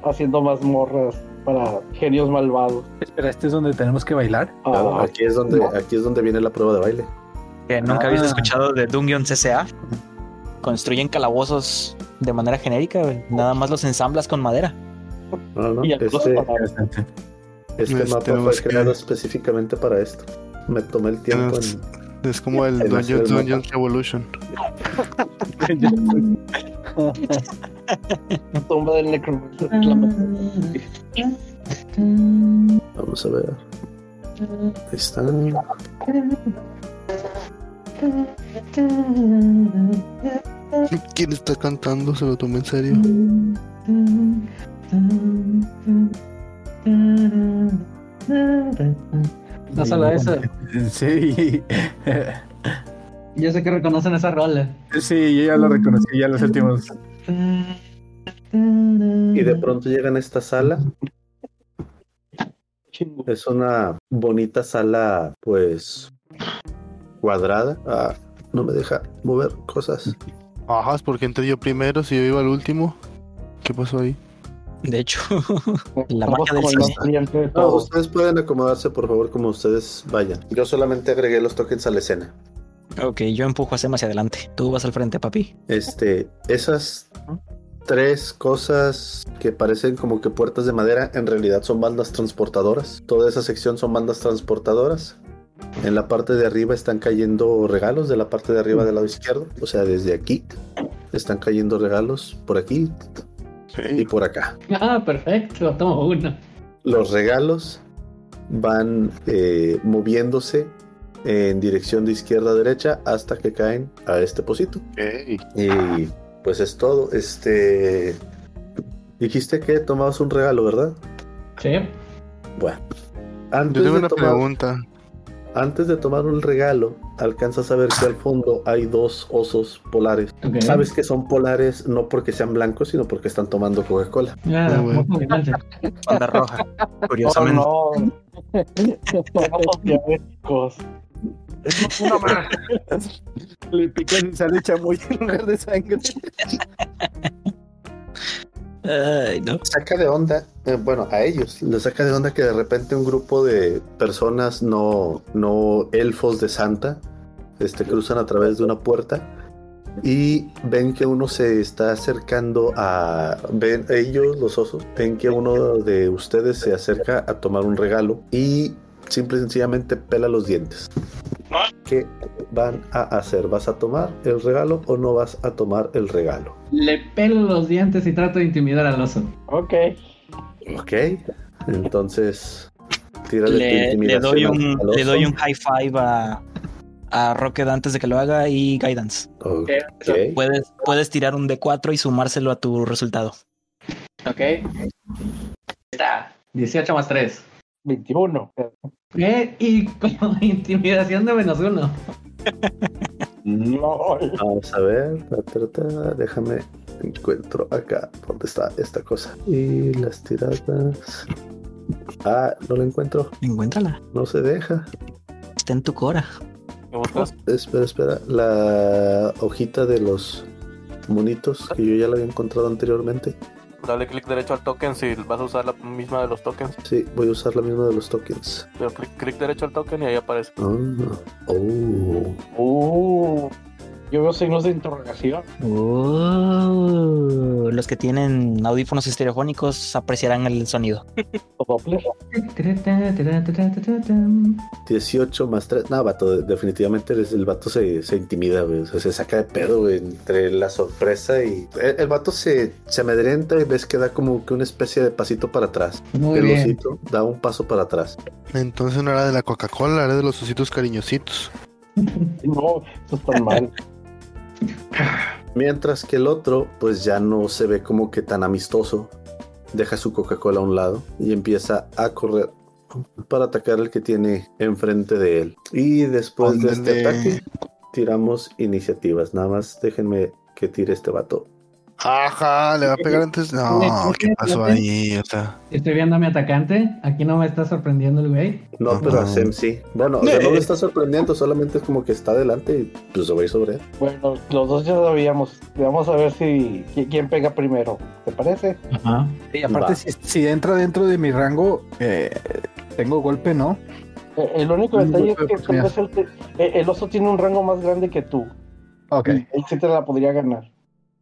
S4: haciendo mazmorras para genios malvados.
S3: Espera, este es donde tenemos que bailar.
S4: Ah,
S2: Claro, aquí es donde, aquí es donde viene la prueba de baile.
S6: que nunca habéis
S3: Ah.
S6: escuchado de Dungeon CCA. Construyen calabozos de manera genérica, güey. nada más los ensamblas con madera.
S2: No, no,
S4: y algunos
S2: este,
S4: para-
S2: este
S7: Este,
S2: mapa fue
S7: busqué.
S2: creado específicamente para esto. Me tomé el tiempo en,
S7: Es como el
S2: El mazo del
S7: Dungeons
S2: mapa.
S7: Dungeons Evolution.
S4: la tumba del necromante. la-
S2: Vamos a ver. Ahí está.
S7: ¿Quién está cantando? Se lo tomé en serio.
S5: No solo eso.
S3: Sí,
S5: Yo sé que reconocen esa rola.
S3: sí, yo ya lo reconocí, ya los últimos.
S2: Y de pronto llegan a esta sala.
S4: Chingo.
S2: Es una bonita sala, pues, cuadrada. Ah, no me deja mover cosas.
S7: Ajá, porque entré yo primero, si yo iba al último. ¿Qué pasó ahí?
S6: De hecho, La
S4: Estamos
S6: magia del
S4: como el más
S6: cine.
S4: brillante de
S2: No,
S4: todos.
S2: ustedes pueden acomodarse, por favor, como ustedes vayan. Yo solamente agregué los tokens a la escena.
S6: ok, yo empujo a Sem hacia adelante. Tú vas al frente, papi.
S2: Este, esas tres cosas que parecen como que puertas de madera, en realidad son bandas transportadoras. Toda esa sección son bandas transportadoras. En la parte de arriba están cayendo regalos, de la parte de arriba del lado izquierdo, o sea, desde aquí están cayendo regalos por aquí y por acá.
S5: Ah, perfecto. Tomo uno.
S2: Los regalos van eh, moviéndose en dirección de izquierda a derecha hasta que caen a este pocito. Y pues es todo. Este. Dijiste que tomabas un regalo, ¿verdad?
S5: Sí.
S2: Bueno.
S7: Yo
S2: Antes
S7: tengo
S2: de,
S7: una
S2: tomar,
S7: pregunta.
S2: antes de tomar un regalo, alcanzas a ver que al fondo hay dos osos polares.
S5: Ok.
S2: Sabes que son polares no porque sean blancos, sino porque están tomando Coca-Cola.
S5: Ah,
S7: Ah, bueno.
S5: muy bien,
S6: Banda roja.
S4: Oh,
S6: Curiosamente.
S4: no. Somos diabéticos.
S3: Le pican y sale chamoy en lugar de sangre.
S6: Ay, no.
S2: Saca de onda, eh, bueno, a ellos, les saca de onda que de repente un grupo de personas no, no elfos de Santa este, cruzan a través de una puerta y ven que uno se está acercando a. Ven ellos, los osos, ven que uno de ustedes se acerca a tomar un regalo y simple y sencillamente pela los dientes. ¿Qué van a hacer? ¿Vas a tomar el regalo o no vas a tomar el regalo?
S5: Le pelo los dientes y trato de intimidar al oso.
S4: Ok.
S2: Ok, entonces tírale tu
S6: Le, le
S2: intimidación
S6: doy
S2: al-
S6: un,
S2: al
S6: le
S2: oso.
S6: doy un high five a, a Rocket antes de que lo haga y Guidance.
S2: Ok,
S6: Puedes, puedes tirar un D4 y sumárselo a tu resultado.
S5: Ok. Está. 18 más 3.
S4: 21.
S5: Eh, y como intimidación de menos uno.
S4: No.
S2: vamos a ver, ta, ta, ta, déjame encuentro acá donde está esta cosa. Y las tiradas. Ah, no la encuentro.
S6: Encuéntrala.
S2: No se deja.
S6: Está en tu cora.
S1: ¿Qué buscas?
S2: Espera, espera. La hojita de los monitos que yo ya la había encontrado anteriormente.
S1: Dale clic derecho al token si vas a usar la misma de los tokens.
S2: Sí, voy a usar la misma de los tokens.
S1: Pero clic, clic derecho al token y ahí aparece.
S2: Ah, oh.
S4: Uh, yo veo signos de interrogación.
S6: Oh, los que tienen audífonos estereofónicos apreciarán el sonido.
S4: O Doppler.
S2: 18 más 3. No, vato, definitivamente el, el vato se, se intimida, güey. O sea, se saca de pedo, güey, entre la sorpresa y. El, el vato se, se amedrenta y ves que da como que una especie de pasito para atrás.
S5: Muy
S2: el
S5: bien.
S2: osito da un paso para atrás.
S7: Entonces no era de la Coca-Cola, era de los ositos cariñositos.
S4: No, eso está mal.
S2: Mientras que el otro, pues ya no se ve como que tan amistoso. Deja su Coca-Cola a un lado y empieza a correr para atacar al que tiene enfrente de él. Y después de este
S7: Ándale.
S2: ataque, tiramos iniciativas. Nada más déjenme que tire este vato.
S7: Ajá, le va a pegar antes. No, ¿qué pasó ahí? O sea,
S5: Estoy viendo a mi atacante. Aquí no me está sorprendiendo el güey.
S2: No,
S7: Ajá.
S2: pero a Sem sí. Bueno, o sea, no me está sorprendiendo, solamente es como que está adelante y pues se va a ir sobre él.
S4: Bueno, los dos ya sabíamos. Vamos a ver si qui- quién pega primero. ¿Te parece?
S5: Ajá.
S3: Y aparte,
S2: Va.
S3: si, si entra dentro de mi rango, eh, tengo golpe, ¿no?
S4: Eh, El único
S3: Mm,
S4: detalle es
S3: golpe de
S4: que tal vez el, te- eh, el oso tiene un rango más grande que tú.
S3: Ok.
S4: Él sí te la podría ganar.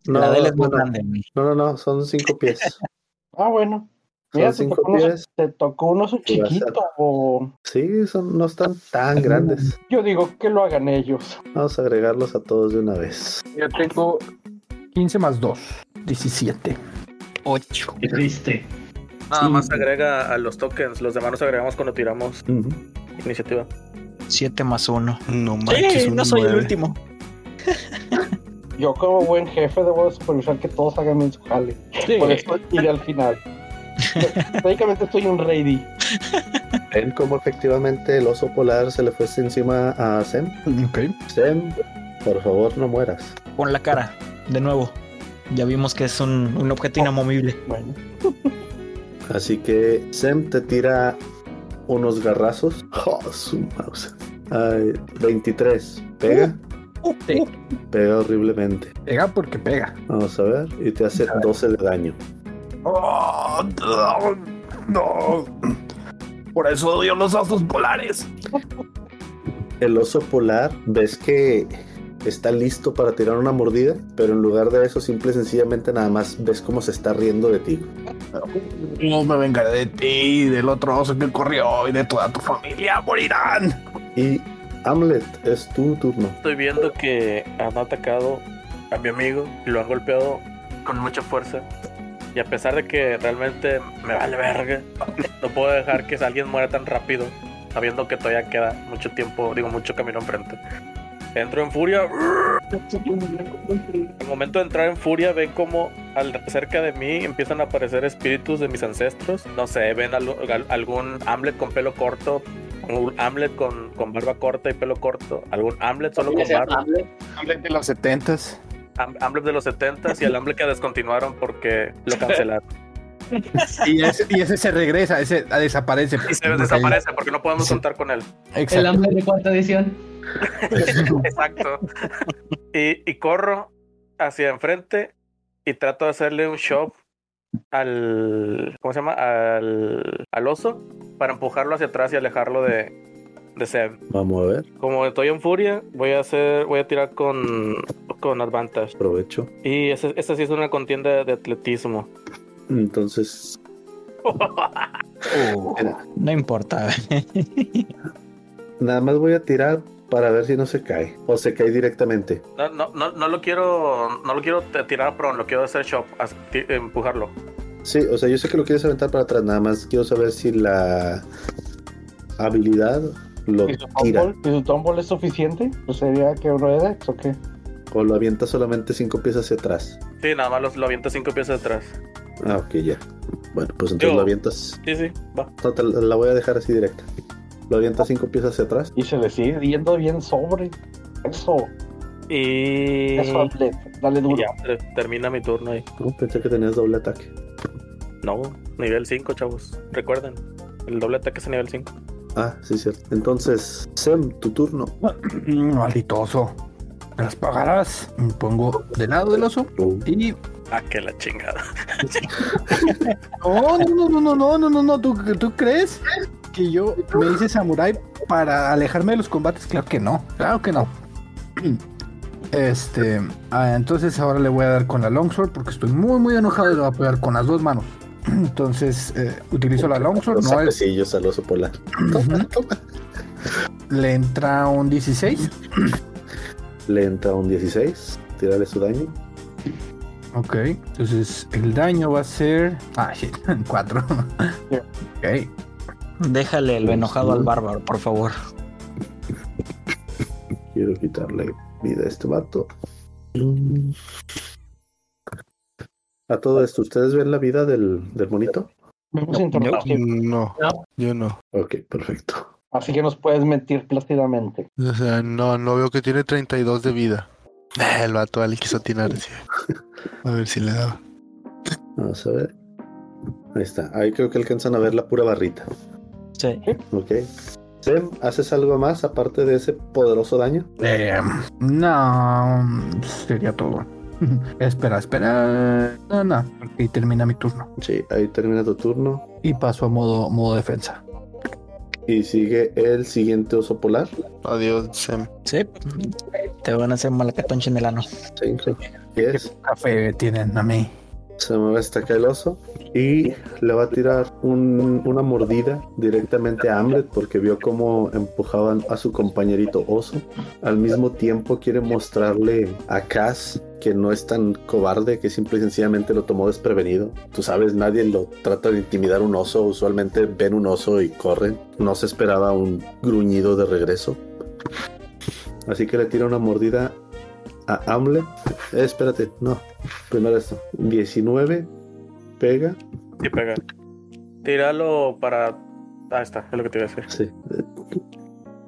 S2: No,
S6: la de él es muy
S2: no, no,
S6: grande. güey.
S2: no, no, no, son cinco pies.
S4: Ah, bueno. Mira,
S2: Son cinco
S4: te tocó, un oso,
S2: pies.
S4: te tocó un oso
S2: Y va a ser-
S4: chiquito. o-
S2: Sí, son, no están tan grandes.
S4: Yo digo que lo hagan ellos.
S2: Vamos a agregarlos a todos de una vez.
S3: Yo tengo 15 más 2, 17.
S6: Ocho.
S5: Qué triste.
S1: Nada más agrega a los tokens. Los demás los agregamos cuando tiramos iniciativa.
S6: Siete más uno.
S7: no manches.
S6: Sí,
S7: un
S6: no soy el
S7: nueve.
S6: último.
S4: Yo como buen jefe debo de supervisar que todos hagan bien su jale. Por eso iré al final. Prácticamente soy un ready.
S2: Ven cómo efectivamente el oso polar se le fue encima a Sem.
S3: Ok.
S2: Sem, por favor, no mueras.
S6: Pon la cara. De nuevo. Ya vimos que es un, un objeto inamovible.
S4: Bueno,
S2: Así que Sem te tira unos garrazos. ¡Oh, su mouse! Ay, 23. Pega,
S6: Sí.
S2: pega horriblemente.
S3: Pega porque pega.
S2: Vamos a ver. Y te hace 12 de daño.
S8: Oh, no, no. Por eso odio los osos polares.
S2: El oso polar, ves que está listo para tirar una mordida, pero en lugar de eso, simple y sencillamente nada más ves cómo se está riendo de ti.
S8: No me vengaré de ti, del otro oso que corrió y de toda tu familia. Morirán.
S2: Y Hamlet, es tu turno.
S1: Estoy viendo que han atacado a mi amigo y lo han golpeado con mucha fuerza. Y a pesar de que realmente me vale verga, no puedo dejar que alguien muera tan rápido, sabiendo que todavía queda mucho tiempo, digo, mucho camino enfrente. Entro en furia. Al momento de entrar en furia, ven como al, cerca de mí empiezan a aparecer espíritus de mis ancestros. No sé, ven al- al- algún Hamlet con pelo corto, un Hamlet con, con barba corta y pelo corto, algún Hamlet solo con barba,
S3: Hamlet de los 70s.
S1: Ham- Hamlet de los 70s y el Hamlet que descontinuaron porque lo cancelaron.
S3: Y ese, y ese se regresa, ese desaparece.
S1: Y se desaparece porque no podemos contar con él.
S5: El
S3: Exacto.
S5: hambre de cuarta edición.
S1: Exacto. Y, y corro hacia enfrente y trato de hacerle un shove al. ¿Cómo se llama? Al, al oso para empujarlo hacia atrás y alejarlo de, de Seb.
S2: Vamos a ver,
S1: Como estoy en furia, voy a hacer. Voy a tirar con. Con Advantage.
S2: provecho.
S1: Y ese- esta sí es una contienda de atletismo.
S2: Entonces,
S6: No importa.
S2: nada más voy a tirar para ver si no se cae. O se cae directamente.
S1: No, no, no, no lo quiero. No lo quiero t- tirar a prone, lo quiero hacer shove, as- ti- empujarlo.
S2: Sí, o sea, yo sé que lo quieres aventar para atrás, nada más quiero saber si la habilidad lo
S4: si su
S2: tira
S4: tumble, si su tumble es suficiente, pues sería que ruede o qué.
S2: o lo avienta solamente cinco pies hacia atrás.
S1: Sí, nada más los- lo aviento cinco pies atrás.
S2: Ah, ok, ya. Bueno, pues entonces
S1: Yo-
S2: lo avientas.
S1: Sí, sí, va.
S2: No, te la la voy a dejar así directa. Lo avientas cinco pies hacia atrás.
S4: Y se le sigue yendo bien sobre. Eso.
S1: Y.
S4: Eso, Bled, dale
S1: y
S4: duro.
S1: ya, eh, termina mi turno ahí.
S2: No, Oh, pensé que tenías doble ataque.
S1: No, nivel 5, chavos. Recuerden, el doble ataque es a nivel 5.
S2: Ah, sí, cierto. Entonces, Sem, tu turno.
S3: Maldito oso. Mm, Las pagarás. Me pongo del lado del oso.
S2: Oh,
S3: Y.
S1: Ah, que la chingada.
S3: No, no, no, no, no, no, no, no, no. ¿Tú, tú crees que yo me hice samurái para alejarme de los combates? Claro que no. Claro que no. Este. ah, entonces ahora le voy a dar con la longsword porque estoy muy, muy enojado y le voy a pegar con las dos manos. Entonces eh, utilizo la longsword.
S2: Los
S3: No es,
S2: sapecillos al oso polar. Toma, toma.
S3: le entra un 16.
S2: Le entra un 16. Tírale su daño.
S3: Ok, entonces el daño va a ser. Ah, shit, 4. ok,
S6: Déjale lo enojado al bárbaro, por favor.
S2: Quiero quitarle vida a este vato. A todo esto, ¿ustedes ven la vida del, del monito?
S4: Vemos
S7: Yo
S4: interrogativo.
S7: no,
S5: No.
S7: yo no.
S2: Ok, perfecto.
S4: Así que nos puedes mentir plácidamente.
S7: O sea, no, no veo que tiene 32 de vida. Ah, El vato le quiso atinar. sí. A ver si le daba.
S2: Vamos a ver. Ahí está. Ahí creo que alcanzan a ver la pura barrita.
S6: Sí.
S2: Ok. Sem, ¿haces algo más aparte de ese poderoso daño?
S3: Eh, no, sería todo. espera, espera. No, no, aquí termina mi turno.
S2: Sí, ahí termina tu turno.
S3: Y paso a modo, modo defensa.
S2: Y sigue el siguiente oso polar.
S7: Adiós, Sem.
S6: Sí. Te van a hacer mala catoncha en el ano.
S2: 5, 10.
S3: Café tienen a mí.
S2: Se mueve hasta acá el oso. Y le va a tirar un- una mordida directamente a Hamlet porque vio cómo empujaban a su compañerito oso. Al mismo tiempo quiere mostrarle a Cass que no es tan cobarde, que simple y sencillamente lo tomó desprevenido. Tú sabes, nadie lo trata de intimidar un oso. Usualmente ven un oso y corren. No se esperaba un gruñido de regreso. Así que le tira una mordida a Hamlet. Eh, espérate, no. Primero esto. 19. Pega.
S1: Y pega. Tíralo para. Ah, está, es lo que te iba a decir.
S2: Sí.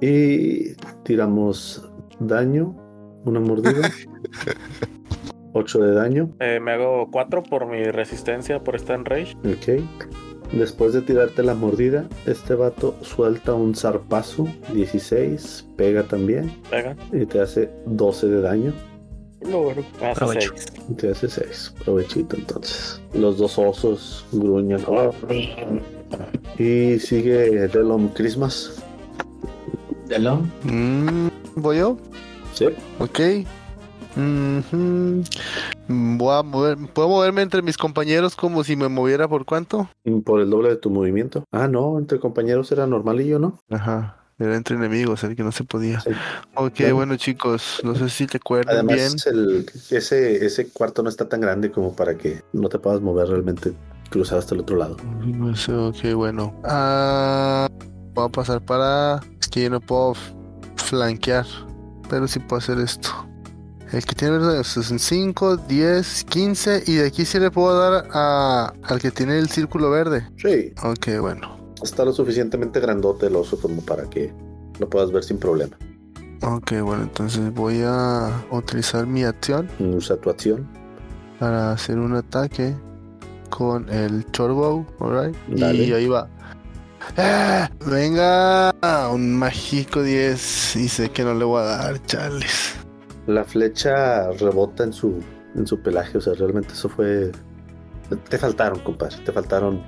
S2: Y tiramos daño. Una mordida. 8 de daño.
S1: Eh, me hago 4 por mi resistencia, por estar en rage.
S2: Ok. Después de tirarte la mordida, este vato suelta un zarpazo. 16. Pega también.
S1: Pega.
S2: Y te hace 12 de daño.
S1: Me hace
S6: Aprovecho.
S1: seis.
S2: Y te hace 6. Provechito entonces. Los dos osos gruñan. Y sigue Delon Christmas.
S5: Delon.
S7: Mm, ¿Voy yo?
S2: Sí.
S7: Ok. Mhm. Voy a mover, ¿Puedo moverme entre mis compañeros como si me moviera por cuánto?
S2: Por el doble de tu movimiento. Ah, no, entre compañeros era normal y yo no.
S7: Ajá. Era entre enemigos, el que no se podía.
S2: Sí.
S7: Ok,
S2: Claro.
S7: bueno chicos, no sé si te acuerdan bien.
S2: Además, el, ese, ese cuarto no está tan grande como para que no te puedas mover realmente, cruzar hasta el otro lado.
S7: No sé, ok, bueno. Ah, voy a pasar para... Es que yo no puedo f- flanquear, pero sí puedo hacer esto. El que tiene verdad es 5, 10, 15 y de aquí sí le puedo dar a, al que tiene el círculo verde.
S2: Sí,
S7: Ok, bueno.
S2: está lo suficientemente grandote el oso como para que lo puedas ver sin problema.
S7: Ok, bueno, entonces voy a utilizar mi acción
S2: Usa tu acción.
S7: para hacer un ataque con el Chorbow, alright. Y
S2: Dale.
S7: ahí va. ¡Ah! Venga, un mágico 10. Y sé que no le voy a dar, Charles.
S2: La flecha rebota en su, en su pelaje, o sea, realmente eso fue... Te faltaron, compadre, te faltaron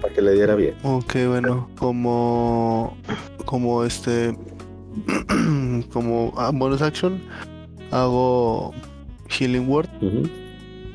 S2: para que le diera bien.
S7: Ok, bueno, como. Como este. como ah, bonus action, hago Healing Word
S2: Ujú.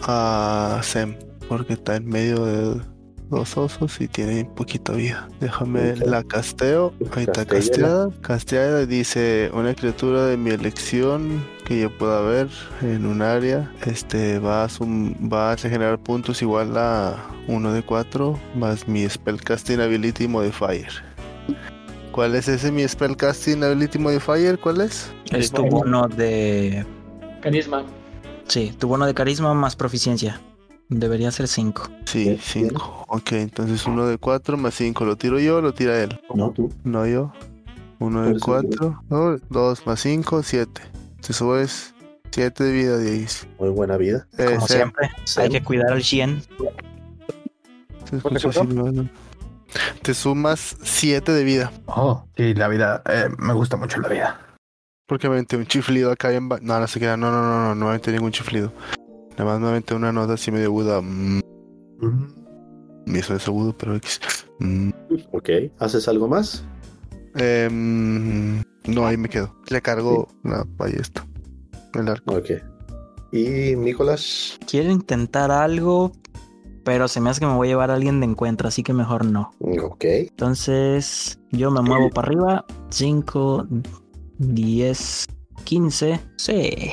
S7: a Sem. Porque está en medio de dos osos y tiene poquita vida. Déjame
S2: Ok.
S7: la casteo. Ahí está
S2: Castéala.
S7: casteada. Casteada y dice una criatura de mi elección que yo pueda ver en un área. Este va a, sum- va a generar puntos igual a 1 de 4 más mi spellcasting ability modifier. ¿Cuál es ese mi spellcasting ability modifier? ¿Cuál es?
S6: Es tu bono de.
S5: Carisma.
S6: Sí, tu bono de carisma más proficiencia. Debería ser 5.
S7: Sí, 5. Ok, entonces 1 de 4 más 5. ¿Lo tiro yo o lo tira él?
S2: No, tú.
S7: No yo. 1
S2: Pero
S7: de
S2: es
S7: 4. 2 más 5, 7. Te subes 7 de vida, 10.
S2: Muy buena vida.
S7: Eh,
S6: Como
S7: Sem,
S6: siempre, hay que cuidar al 100.
S7: se escucha silbando. Te sumas 7 de vida.
S3: Oh, sí, la vida. eh, me gusta mucho la vida.
S7: Porque me aventé un chiflido acá en... ba- No, no se queda. No, no, no, no, no me aventé ningún chiflido. Nada más me aventé una nota así medio aguda. Mm, me hizo ese agudo, pero X. Mm,
S2: Ok. ¿Haces algo más?
S7: em, no, ahí me quedo. Le cargo la ballesta. El arco.
S2: Ok. Y Nicolás.
S6: Quiero intentar algo, pero se me hace que me voy a llevar a alguien de encuentro, así que mejor no.
S2: Ok.
S6: Entonces, yo me muevo para arriba. 5, 10, 15. Sí.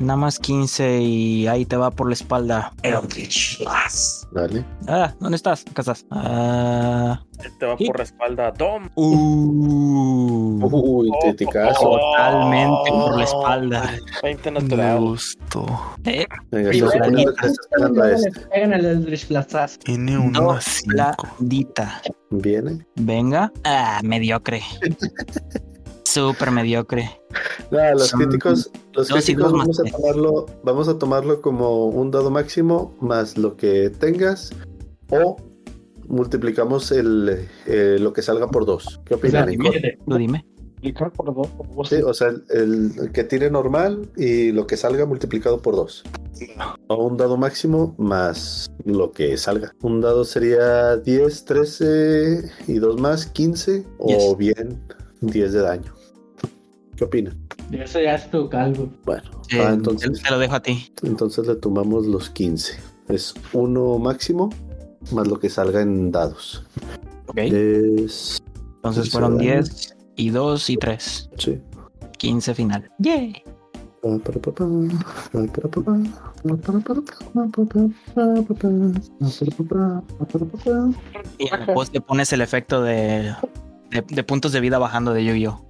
S6: Nada más 15 y ahí te va por la espalda. Eldritch Blast.
S2: Dale.
S6: Ah, ¿dónde estás? Acá estás. Ah.
S1: Te va por la espalda. Tom.
S6: Uh.
S2: Uy, criticazo.
S6: oh, Totalmente por la espalda.
S1: 20
S7: Me
S1: natural.
S7: gustó.
S2: Venga,
S6: Primera
S2: estás poniendo-
S6: mitad.
S2: estás esperando a este.
S5: Hagan el Eldritch Blastazo.
S7: Tiene un más cinco.
S6: Dobladita.
S2: Viene.
S6: Venga. Ah, mediocre. Súper mediocre.
S2: Nada, los
S6: Son
S2: críticos, los
S6: dos y
S2: críticos
S6: dos más
S2: vamos a
S6: tres.
S2: tomarlo, vamos a tomarlo como un dado máximo más lo que tengas o multiplicamos el, eh, lo que salga por dos. ¿Qué opinan?
S5: Claro,
S2: Nico?
S6: Tú dime.
S4: Explicar por dos, por favor.
S2: Sí, o sea, el, el que tire normal y lo que salga multiplicado por dos. O un dado máximo más lo que salga. Un dado sería 10, 13 y dos más, 15 o bien 10 de daño. ¿Qué opinan?
S5: Eso ya es tu calvo.
S2: Bueno,
S6: Eh,
S2: ah, entonces,
S6: Te lo dejo a ti.
S2: entonces le tomamos los 15. Es uno máximo más lo que salga en dados.
S6: Ok.
S2: Es...
S6: Entonces
S2: sí,
S6: fueron
S2: sí,
S6: 10 y 2 y 3.
S2: Sí.
S6: 15 final. ¡Yay!
S2: Pa, para, pa, pa. Pa, para, pa, pa. Pa, para, pa, pa. Pa, para, pa, pa. Pa, para, pa, pa. Pa, para, pa, pa.
S6: Y después le pones el efecto de, de, de puntos de vida bajando de Yu-Gi-Oh.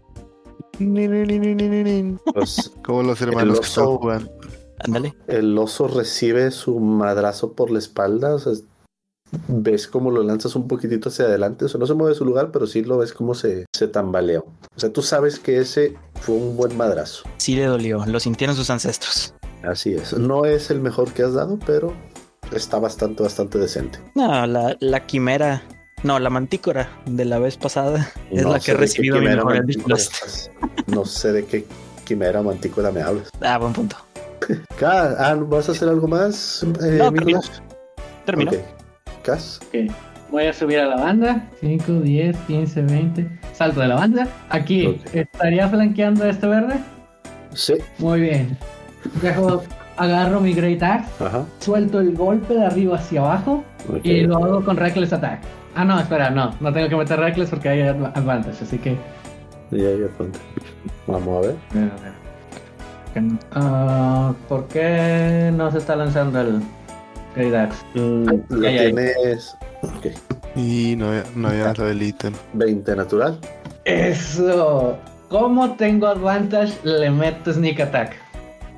S7: Ni, ni, ni, ni, ni, ni, ni.
S2: Pues,
S7: Como los hermanos que están
S2: oso.
S7: jugando.
S6: Ándale.
S2: el oso recibe su madrazo por la espalda. o sea, ves cómo lo lanzas un poquitito hacia adelante. O sea, no se mueve de su lugar, pero sí lo ves cómo se, se tambaleó. O sea, tú sabes que ese fue un buen madrazo.
S6: Sí le dolió. Lo sintieron sus ancestros.
S2: Así es. No es el mejor que has dado, pero está bastante, bastante decente.
S6: No, la, la quimera. No, la mantícora de la vez pasada es
S2: No
S6: la
S2: sé
S6: que he
S2: de qué
S6: recibido mi
S2: quimera
S6: mejor
S2: mantícora
S6: Eldritch Blast.
S2: estás. No sé de qué quimera o mantícora me hablas.
S6: Ah, buen punto.
S2: Cas, ah, ¿vas a hacer algo más? Eh,
S6: No,
S2: Nicolás?
S6: Terminó.
S2: Ok. Cas,
S5: Ok, Voy a subir a la banda. 5, 10, 15, 20. Salto de la banda. Aquí
S2: Ok.
S5: estaría flanqueando a este verde.
S2: sí,
S5: Muy bien. Dejo, agarro mi Great Axe.
S2: ajá.
S5: Suelto el golpe de arriba hacia abajo.
S2: ok.
S5: Y lo hago con Reckless Attack. Ah, no, espera, no. No tengo que meter Reckless porque hay adv- Advantage. Así que.
S2: Ya, ya, ponte. Vamos a ver.
S5: Ah, ¿Por qué no se está lanzando el Great Axe?
S2: Mm, Lo
S5: ay, ay.
S2: tienes
S7: Y no había, no había dado el ítem.
S2: 20 natural.
S5: Eso. Como tengo Advantage, le meto Sneak Attack.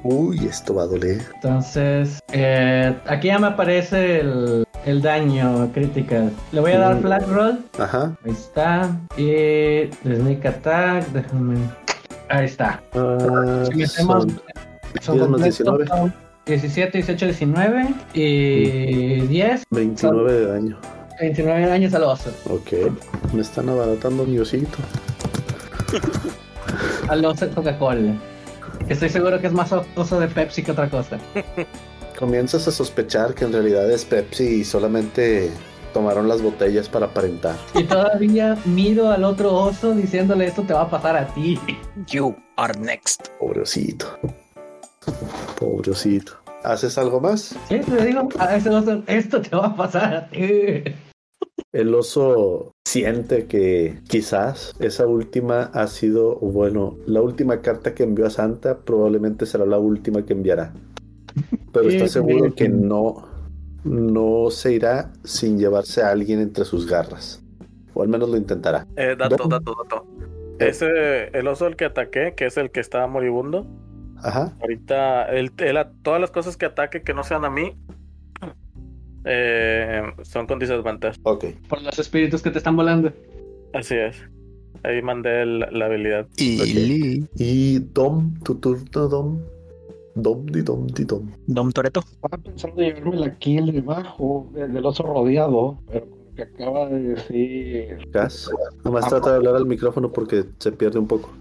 S2: Uy, esto va a doler.
S5: Entonces, eh, aquí ya me aparece el, el daño crítica. Le voy a dar
S2: Mm.
S5: flat roll.
S2: Ajá.
S5: Ahí está. Y sneak attack. Déjame. Ahí está.
S2: Ah,
S5: Si metemos.
S2: son-
S5: son
S2: 10 más
S5: completos,
S2: 19.
S5: son 17, 18, 19 y 10,
S2: 29 de daño.
S5: 29 daños al oso.
S2: Ok. Me están abaratando mi osito.
S5: Al oso Coca-Cola. Estoy seguro que es más cosa de Pepsi que otra cosa.
S2: Comienzas a sospechar que en realidad es Pepsi y solamente tomaron las botellas para aparentar.
S5: Y todavía miro al otro oso diciéndole esto te va a pasar a ti.
S6: You are next.
S2: Pobre osito. Pobre osito. ¿Haces algo más?
S5: Sí, te digo, a ese oso, esto te va a pasar a ti.
S2: El oso siente que quizás esa última ha sido, o bueno, la última carta que envió a Santa probablemente será la última que enviará. Pero está
S5: Eh,
S2: seguro
S5: eh,
S2: que
S5: eh.
S2: no, no se irá sin llevarse a alguien entre sus garras. O al menos lo intentará.
S1: Eh, dato,
S2: Dom.
S1: dato, dato. Ese, el oso el que ataqué, que es el que estaba moribundo.
S2: Ajá.
S1: Ahorita, él, él a- todas las cosas que ataque que no sean a mí eh, son con disadvantage.
S2: Ok.
S5: Por los espíritus que te están volando.
S1: Así es. Ahí mandé el- la habilidad.
S7: Y
S2: Ok.
S7: Lee,
S2: Y Dom, tu turno, Dom. Dom, di Dom, di Dom.
S6: Dom Toreto.
S4: Estaba pensando llevarme la kill debajo del del oso rodeado, pero con lo que acaba de decir.
S2: Gas. Nomás trata de hablar al micrófono porque se pierde un poco.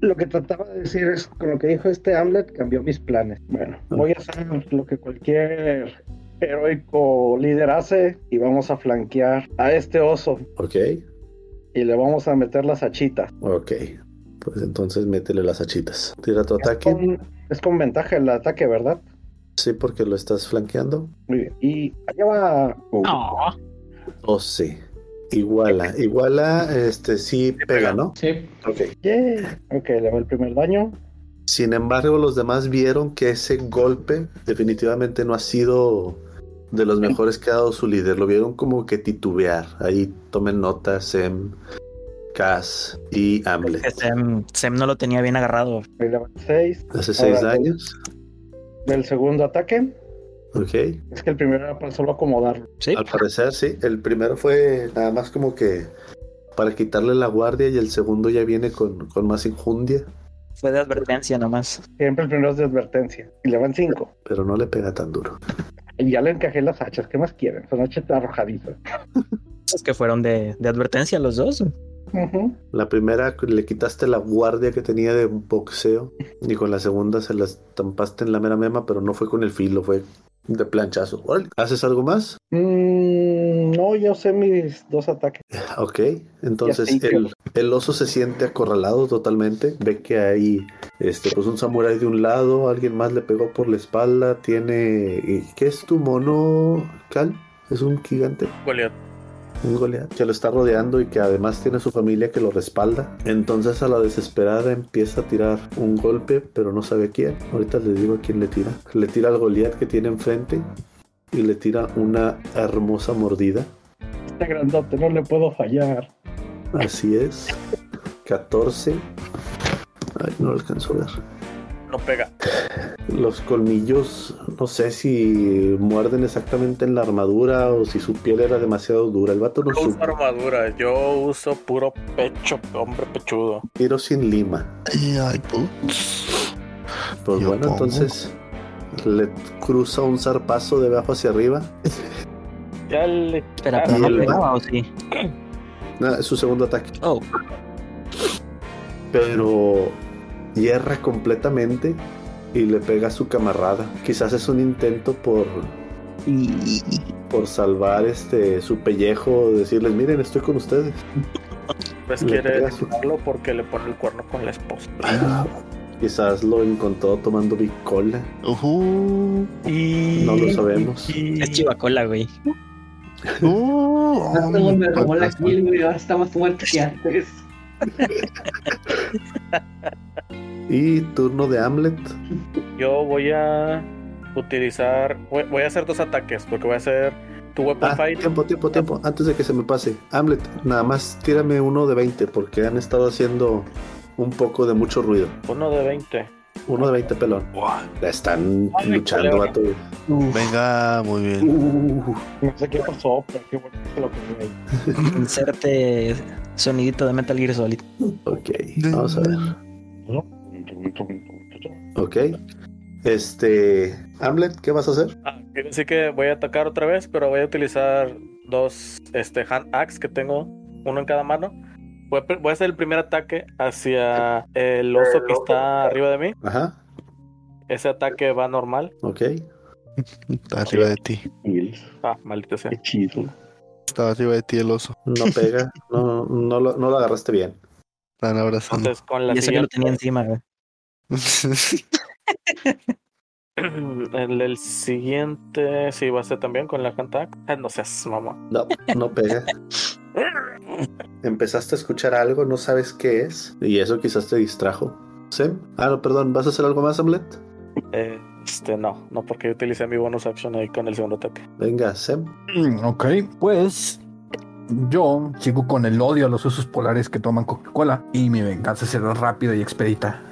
S4: Lo que trataba de decir es, con lo que dijo este Hamlet, cambió mis planes. Bueno, voy a hacer lo que cualquier heroico líder hace y vamos a flanquear a este oso
S2: Ok,
S4: y le vamos a meter las hachitas.
S2: ok. Pues entonces métele las hachitas. Tira tu
S4: Es
S2: ataque.
S4: con- es con ventaja el ataque, ¿verdad?
S2: Sí, porque lo estás flanqueando.
S4: Muy bien. Y allá va.
S6: Ah,
S2: 12. Iguala, iguala, este sí pega, ¿no?
S5: Sí.
S2: Ok.
S4: Yay. Ok, le va el primer daño.
S2: Sin embargo, los demás vieron que ese golpe definitivamente no ha sido de los mejores que ha dado su líder. Lo vieron como que titubear. Ahí tomen nota Sem, Cass y Hamlet.
S6: que Sem, Este, mm, Sem no lo tenía bien agarrado.
S4: Y le va el 6.
S2: Hace 6
S4: Ahora,
S2: daños.
S4: Del segundo ataque.
S2: Ok.
S4: Es que el primero era para solo acomodarlo.
S6: Sí.
S2: Al parecer, sí. El primero fue nada más como que para quitarle la guardia y el segundo ya viene con, con más injundia,
S6: Fue de advertencia nomás.
S4: Siempre el primero es de advertencia. Y le van 5.
S2: pero no le pega tan duro.
S4: Y ya le encajé las hachas. ¿Qué más quieren? Son hachas arrojadizas.
S6: Es que fueron de, de advertencia los dos.
S4: Ujú.
S2: La primera le quitaste la guardia que tenía de boxeo y con la segunda se las tampaste en la mera mema, pero no fue con el filo, fue de planchazo. Órale. ¿Haces algo más?
S4: Mm, no, yo sé mis dos ataques.
S2: Ok, entonces
S4: Ya sé,
S2: el, el oso se siente acorralado totalmente. Ve que hay este, pues un samurái de un lado, alguien más le pegó por la espalda. Tiene. ¿y ¿Qué es tu mono, Cal? Es un gigante,
S1: Goliat.
S2: un Goliath, que lo está rodeando y que además tiene su familia que lo respalda. Entonces a la desesperada empieza a tirar un golpe, pero no sabe quién. Ahorita les digo a quién le tira. Le tira al Goliath que tiene enfrente y le tira una hermosa mordida.
S4: Está Este grandote, no le puedo fallar.
S2: Así es. 14. Ay, no lo alcanzo a ver.
S1: No pega.
S2: Los colmillos, no sé si muerden exactamente en la armadura o si su piel era demasiado dura. El vato no
S1: No uso
S2: supo.
S1: armadura. Yo uso puro pecho, hombre pechudo.
S2: Tiro sin lima.
S7: y ay, putz.
S2: Pues
S7: Yo
S2: bueno,
S7: pongo.
S2: entonces le cruza un zarpazo de abajo hacia arriba.
S1: Ya le.
S6: Espera,
S1: Ah,
S6: pero
S2: y
S6: no
S2: el-
S6: pegaba o sí.
S2: Nada, es su segundo ataque.
S6: Oh,
S2: pero hierra completamente y le pega a su camarada. Quizás es un intento por por salvar este su pellejo, decirles, miren, estoy con ustedes.
S1: Pues
S2: Le
S1: quiere
S2: pega su- Ah,
S1: dejarlo porque le pone el cuerno con la esposa.
S2: Quizás lo encontró tomando bicola.
S7: Ujú.
S1: Y.
S2: No lo sabemos.
S1: y-
S6: es chivacola, güey.
S1: Ah,
S7: Uh,
S5: Hace un- me robó la
S7: fantasma.
S5: kill, güey. Ahora está más muerto que antes.
S2: Y turno de Hamlet.
S1: Yo voy a utilizar. Voy, voy a hacer dos ataques porque voy a hacer tu weapon
S2: Ah,
S1: fight.
S2: tiempo, tiempo, tiempo. Antes de que se me pase. Hamlet, nada más tírame uno de 20 porque han estado haciendo un poco de mucho ruido.
S1: Uno de 20.
S2: Uno de 20 pelón.
S7: Buah,
S2: La están
S1: Ay,
S2: luchando,
S1: culebra.
S2: vato.
S7: Venga, muy bien.
S2: Uh.
S4: No sé qué pasó, pero qué bueno que se lo comí ahí.
S6: Inserte sonidito de Metal Gear Solid.
S2: Ok, vamos a ver. Ok. Este. Hamlet, ¿qué vas a hacer?
S1: Ah, quiere decir que voy a atacar otra vez, pero voy a utilizar dos este, hand axe que tengo, uno en cada mano. Voy a, voy a hacer el primer ataque hacia el oso que está arriba de mí.
S2: Ajá.
S1: Ese ataque va normal.
S2: Ok.
S7: Está arriba de ti.
S1: Ah, maldito sea.
S4: chido.
S7: Está arriba de ti el oso.
S2: No pega. No, no, lo, no lo agarraste bien.
S7: Están abrazando.
S1: Entonces con la
S6: Y eso que lo
S1: siguiente,
S6: tenía encima, güey.
S1: Mm, el, el siguiente sí va a ser también con la hand axe. Ah, no seas mamá.
S2: No, no pega. Empezaste a escuchar algo, no sabes qué es. Y eso quizás te distrajo. ¿Sem? Ah, no, perdón. ¿Vas a hacer algo más, Hamlet?
S1: Eh, este no, no porque yo utilicé mi bonus action ahí con el segundo ataque.
S2: Venga, Sem.
S3: Mm, Ok, pues yo sigo con el odio a los osos polares que toman Coca-Cola y mi venganza será rápida y expedita.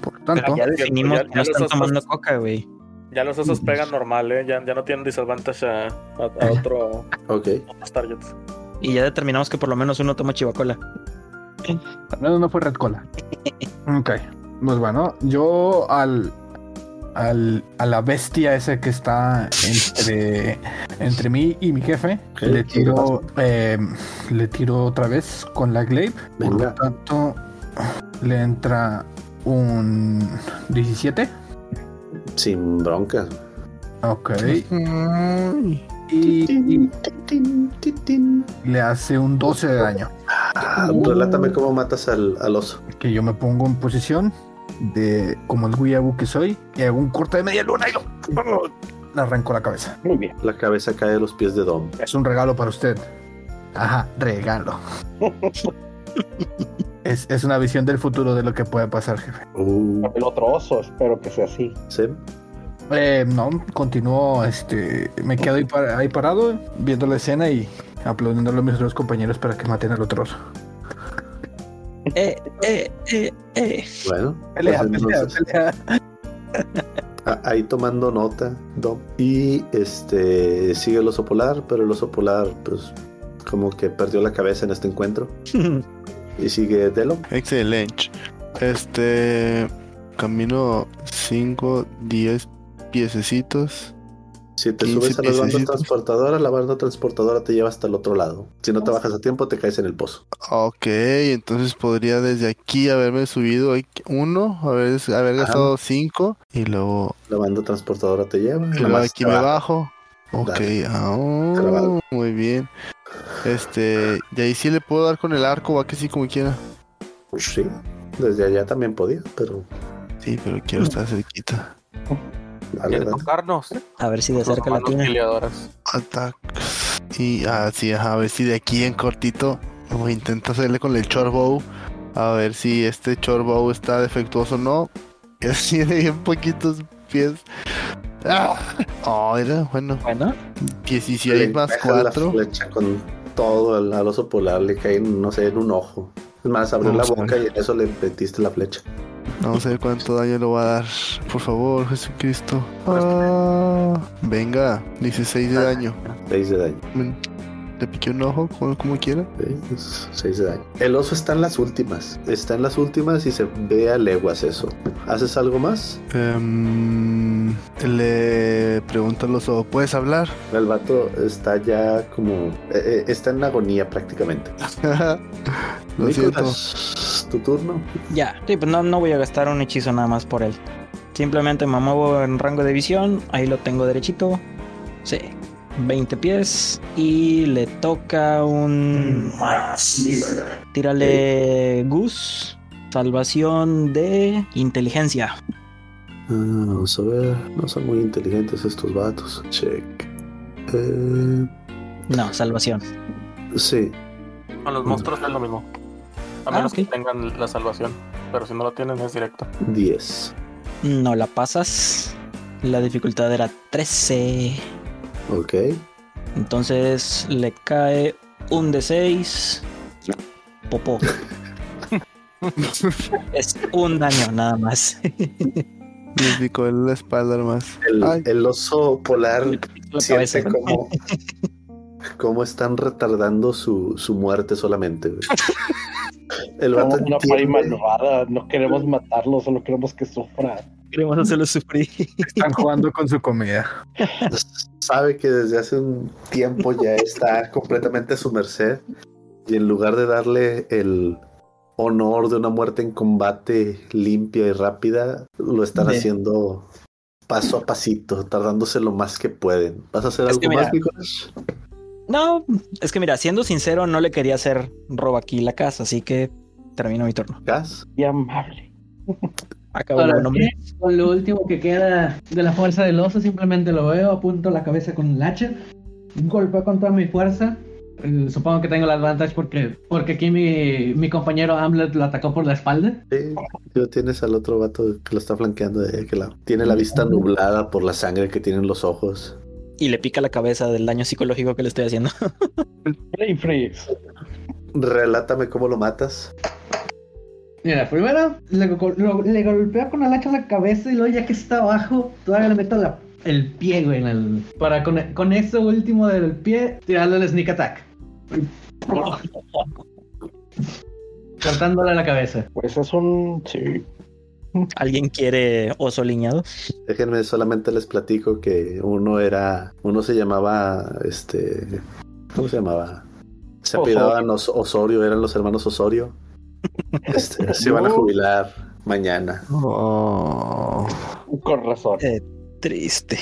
S3: Por tanto,
S6: Ya
S1: Cierto,
S6: definimos
S1: pues, ya-
S6: que
S1: ya
S6: no
S1: los
S6: están
S1: osos-
S6: tomando coca, güey.
S1: Ya los osos pegan normal, ¿eh? ya, ya no tienen disadvantage a, a, a otro
S2: Ok.
S1: a otros targets.
S6: Y ya determinamos que por lo menos uno toma chivacola.
S3: Al menos no fue Red Cola. Ok. Pues bueno, yo al, al- a la bestia esa que está entre, entre mí y mi jefe,
S2: Ok,
S3: le
S2: ¿qué le
S3: tiro eh, le tiro otra vez con la glaive. Por
S2: Venga.
S3: lo tanto, le entra un 17.
S2: Sin broncas.
S3: Ok. Y, y le hace un 12 de daño.
S2: Ah, relátame cómo matas al, al oso.
S3: que yo me pongo en posición de como el guiabu que soy y hago un corte de media luna y lo le arranco la cabeza.
S4: Muy bien.
S2: La cabeza cae a los pies de Dom.
S3: Es un regalo para usted. Ajá, regalo. es, es una visión del futuro de lo que puede pasar, jefe.
S2: Uh,
S4: El otro oso, espero que sea así.
S2: Sem,
S3: Eh, no, continúo, este, me quedo ahí, par- ahí parado viendo la escena y aplaudiéndole a mis otros compañeros para que maten al otro oso.
S6: Eh, eh, eh, eh.
S2: Bueno,
S3: Pelea,
S2: pues
S3: pelea,
S2: entonces-
S3: pelea.
S2: A- Ahí tomando nota, Dom. Y este sigue el oso polar, pero el oso polar, pues, como que perdió la cabeza en este encuentro. Y sigue Delo.
S7: Excelente. Este. Camino 5, 10 piececitos.
S2: Si te
S7: 15
S2: subes a la banda
S7: piececitos.
S2: transportadora, la banda transportadora te lleva hasta el otro lado. Si no te bajas a tiempo, te caes en el pozo.
S7: Ok, entonces podría desde aquí haberme subido aquí- uno, haber, haber
S2: Ajá.
S7: gastado cinco y luego,
S2: La banda transportadora te lleva.
S7: y
S2: nada
S7: luego
S2: más
S7: aquí
S2: te
S7: me
S2: baja.
S7: bajo. Ok,
S2: Dale.
S7: ah,
S2: Te la bajo.
S7: muy bien. Este, de ahí sí le puedo dar con el arco, va que sí como quiera.
S2: Pues sí, desde allá también podía, pero
S7: Sí, pero
S2: Mm.
S7: quiero estar cerquita.
S2: dale,
S1: ¿Quiere
S2: dale.
S1: tocarnos?
S6: A ver si de
S1: Los
S6: cerca la
S1: manos
S6: tiene.
S1: peleadoras.
S7: Attacks. Y ah, sí, ajá, a ver si de aquí en cortito o intento hacerle con el chorbow. A ver si este chorbow está defectuoso o no. Que tiene bien poquitos pies. ¡Ah! Oh, era bueno.
S6: Bueno,
S7: 16 más
S2: Deja la
S7: 4.
S2: flecha con todo al, al oso polar, le cae, no sé, en un ojo. Es más, abrió la
S7: Vamos a
S2: boca y en eso le metiste la flecha.
S7: Vamos a ver cuánto daño le va a dar. Por favor, Jesucristo. Ah, venga, 16 de daño.
S2: 6 de daño.
S7: Mm, Le piqué un ojo, como, como quiera.
S2: 6 de daño. El oso está en las últimas. Está en las últimas y se ve a leguas eso. ¿Haces algo más?
S7: Em, le pregunto al oso, ¿puedes hablar?
S2: El vato está ya como. eh, eh, está en agonía prácticamente.
S7: Lo siento.
S2: Nicolás, tu turno.
S6: ya. Sí, pues no, no voy a gastar un hechizo nada más por él. Simplemente me muevo en rango de visión. Ahí lo tengo derechito. Sí. 20 pies. Y le toca un. Tírale Gus. Salvación de inteligencia.
S2: Ah, vamos a ver. No son muy inteligentes estos vatos. Check. Eh,
S6: No, salvación.
S2: sí.
S1: Con los monstruos es lo mismo. A
S6: Mm. Ah,
S1: menos
S6: ok.
S1: que tengan la salvación. Pero si no lo tienen, es directo.
S2: 10.
S6: No la pasas. La dificultad era 13.
S2: Ok.
S6: Entonces le cae un D6. Popó. es un daño nada más.
S7: Le picó en la espalda nomás. Ay.
S2: El, el oso polar
S6: La
S2: siente
S6: cabeza.
S2: como. Cómo están retardando su, su muerte solamente. güey. El vato
S4: Somos una pari
S2: entiende-
S4: malvada, no queremos matarlo, solo queremos que sufra.
S6: Queremos hacerlo sufrir.
S3: Están jugando con su comida.
S2: sabe que desde hace un tiempo ya está completamente a su merced y en lugar de darle el honor de una muerte en combate limpia y rápida, lo están
S6: Ve.
S2: haciendo paso a pasito, tardándose lo más que pueden. ¿Vas a hacer
S6: Es
S2: algo
S6: que
S2: más,
S6: mira.
S2: Nicolás?
S6: No, es que mira, siendo sincero, no le quería hacer roba aquí la casa, así que termino mi turno.
S2: ¿Gas?
S4: Y amable.
S6: Acabo
S5: Ahora
S6: el nombre.
S5: sí, con lo último que queda de la fuerza del oso, simplemente lo veo, apunto la cabeza con el hacha, golpeo con toda mi fuerza. Eh, Supongo que tengo el advantage porque, porque aquí mi, mi compañero Hamlet lo atacó por la espalda.
S2: Sí, yo tienes al otro vato que lo está flanqueando de que la, tiene la vista nublada por la sangre que tienen los ojos.
S6: Y le pica la cabeza del daño psicológico que le estoy haciendo.
S4: Brain freeze.
S2: Relátame cómo lo matas.
S5: Mira, primero le, go- lo- le golpeo con el hacha en la cabeza y luego ya que está abajo, todavía le meto la- el pie, güey, en el- para con, con eso último del pie tirarle el sneak attack. cortándole la cabeza.
S4: Pues es un. Sí.
S6: ¿Alguien quiere oso liñado?
S2: Déjenme solamente les platico que uno era, uno se llamaba, este, ¿cómo se llamaba? Se
S4: Osorio.
S2: apelaban Osorio, eran los hermanos Osorio. Este, se van a jubilar mañana.
S7: Oh.
S4: Con razón.
S6: Eh, triste.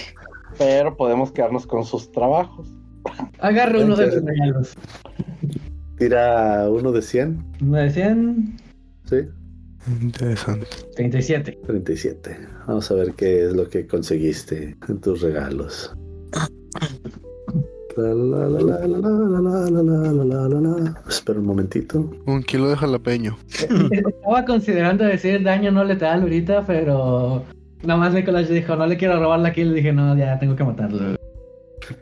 S4: Pero podemos quedarnos con sus trabajos.
S5: Agarre uno de tus regalos.
S2: Tira uno de 100,
S5: Uno de 100,
S2: ¿sí?
S7: Interesante.
S5: 37.
S2: 37. Vamos a ver qué es lo que conseguiste en tus regalos. La, la, la, la, la, la, la, la, la, la, la, la, la. Espera un momentito.
S7: Un kilo de jalapeño.
S5: Estaba considerando decir daño no letal ahorita, pero. Nada más Nicolás dijo, no le quiero robar la kill. Dije, no, ya tengo que matarlo.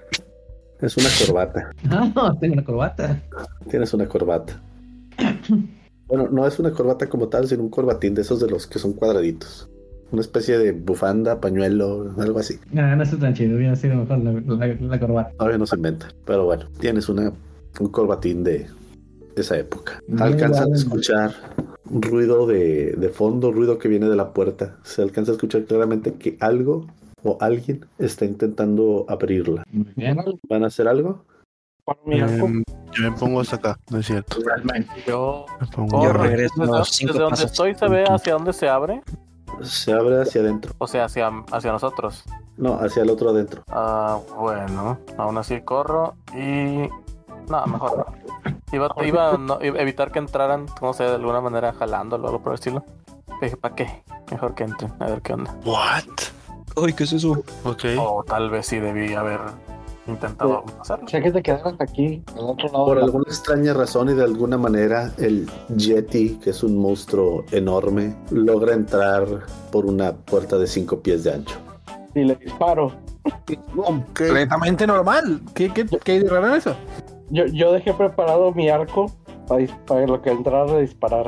S2: Es una corbata.
S5: No, tengo una corbata.
S2: Tienes una corbata. Bueno, no es una corbata como tal, sino un corbatín de esos de los que son cuadraditos. Una especie de bufanda, pañuelo, algo así.
S5: Ah, No, no está tan chido. Hubiera sido mejor la, la- la corbata.
S2: Todavía no se inventa. Pero bueno, tienes una, un corbatín de esa época.
S5: Bien,
S2: Alcanzan a
S5: vale.
S2: escuchar un ruido de, de fondo, ruido que viene de la puerta. Se alcanza a escuchar claramente que algo o alguien está intentando abrirla.
S5: Muy bien.
S2: ¿Van a hacer algo?
S4: Para mi arco.
S7: Em, yo me pongo hasta acá, no es cierto.
S1: Yo
S7: Me pongo
S1: corro.
S7: acá.
S6: regreso
S1: desde,
S6: unos cinco
S1: desde donde
S6: pasos.
S1: estoy se ve hacia dónde se abre.
S2: Se abre hacia adentro.
S1: O sea, hacia, hacia nosotros.
S2: No, hacia el otro adentro.
S1: Ah, bueno, aún así corro y. No, mejor no. Iba, iba a no- iba a evitar que entraran, no sé, de alguna manera jalándolo o algo por el estilo. Dije, ¿para qué? Mejor que entren, a ver qué onda.
S7: What?
S6: Uy, ¿qué es eso?
S7: Ok.
S1: O tal vez sí debí haber intentado hacerlo.
S4: Si hay que te quedas hasta aquí, al otro lado.
S2: Por
S4: de la-
S2: alguna extraña razón y de alguna manera, el Yeti, que es un monstruo enorme, logra entrar por una puerta de cinco pies de ancho.
S4: Y le disparo.
S3: Completamente normal. ¿Qué, qué, qué hay de raro en eso?
S4: Yo, yo dejé preparado mi arco para, dis- para lo que entrara a disparar.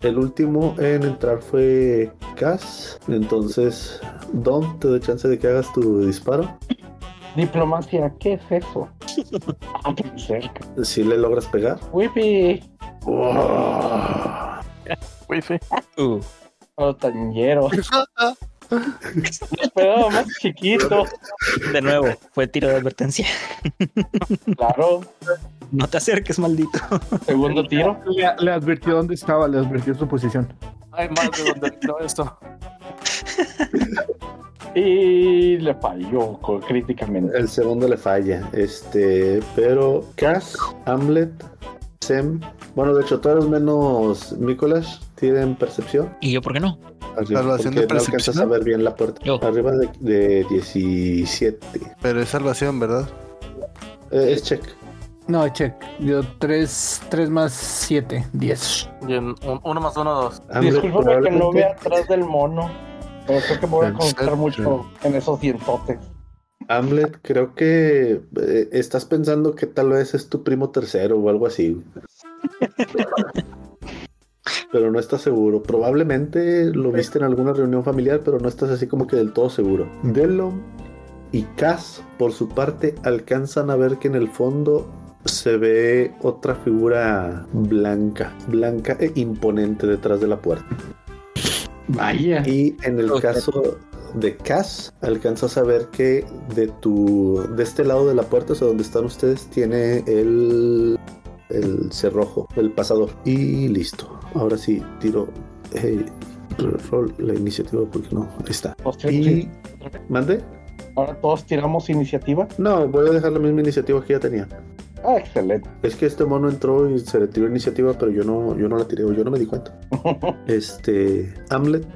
S2: El último en entrar fue Cass. Entonces, Don, te doy chance de que hagas tu disparo.
S4: Diplomacia, ¿qué es eso? Ah, tan cerca.
S2: Si le logras pegar.
S4: Wipi.
S1: Wifi.
S6: Uh,
S4: Pero tañero. Pero más chiquito.
S6: de nuevo, fue tiro de advertencia.
S4: Claro.
S6: No te acerques, maldito.
S4: Segundo tiro.
S3: Le, le advirtió dónde estaba, le advirtió su posición.
S1: Hay más de donde vino esto.
S4: Y le falló co- críticamente.
S2: El segundo le falla. Este, pero Cass, Hamlet, Sem. Bueno, de hecho, todos menos Nicolás tienen percepción.
S6: ¿Y yo por qué no?
S2: Arriba,
S7: Salvación de
S2: porque no alcanzas a
S7: percepción.
S2: ver bien la puerta.
S6: Yo.
S2: Arriba de, de 17.
S7: Pero es salvación, ¿verdad?
S2: Eh, es check.
S3: No, check. Dio 3, 3 más 7, 10.
S1: Y en un- uno más uno, dos.
S4: Ah,
S2: Hamlet
S4: Discúlpame que no
S2: Ah, probablemente-
S4: vea atrás del mono. Pero creo que me voy a concentrar
S7: Perception.
S4: mucho en esos dientotes.
S2: Hamlet, creo que eh, estás pensando que tal vez es tu primo tercero o algo así. pero no estás seguro. Probablemente lo viste en alguna reunión familiar, pero no estás así como que del todo seguro. Delon y Cass, por su parte, alcanzan a ver que en el fondo se ve otra figura blanca, blanca e imponente detrás de la puerta.
S5: Vaya.
S2: Y en el
S6: Ok.
S2: caso de Cass, alcanzas a ver que de tu de este lado de la puerta, o sea, donde están ustedes, tiene el, el cerrojo, el pasador. Y listo. Ahora sí, tiro eh, roll la iniciativa porque no. Ahí está.
S4: Los tres
S2: Y. ¿Mande?
S4: Ahora todos tiramos iniciativa.
S2: No, voy a dejar la misma iniciativa que ya tenía.
S4: Ah, excelente.
S2: Es que este mono entró y se le tiró iniciativa, pero yo no, yo no la tiré, o yo no me di cuenta. Este. Hamlet,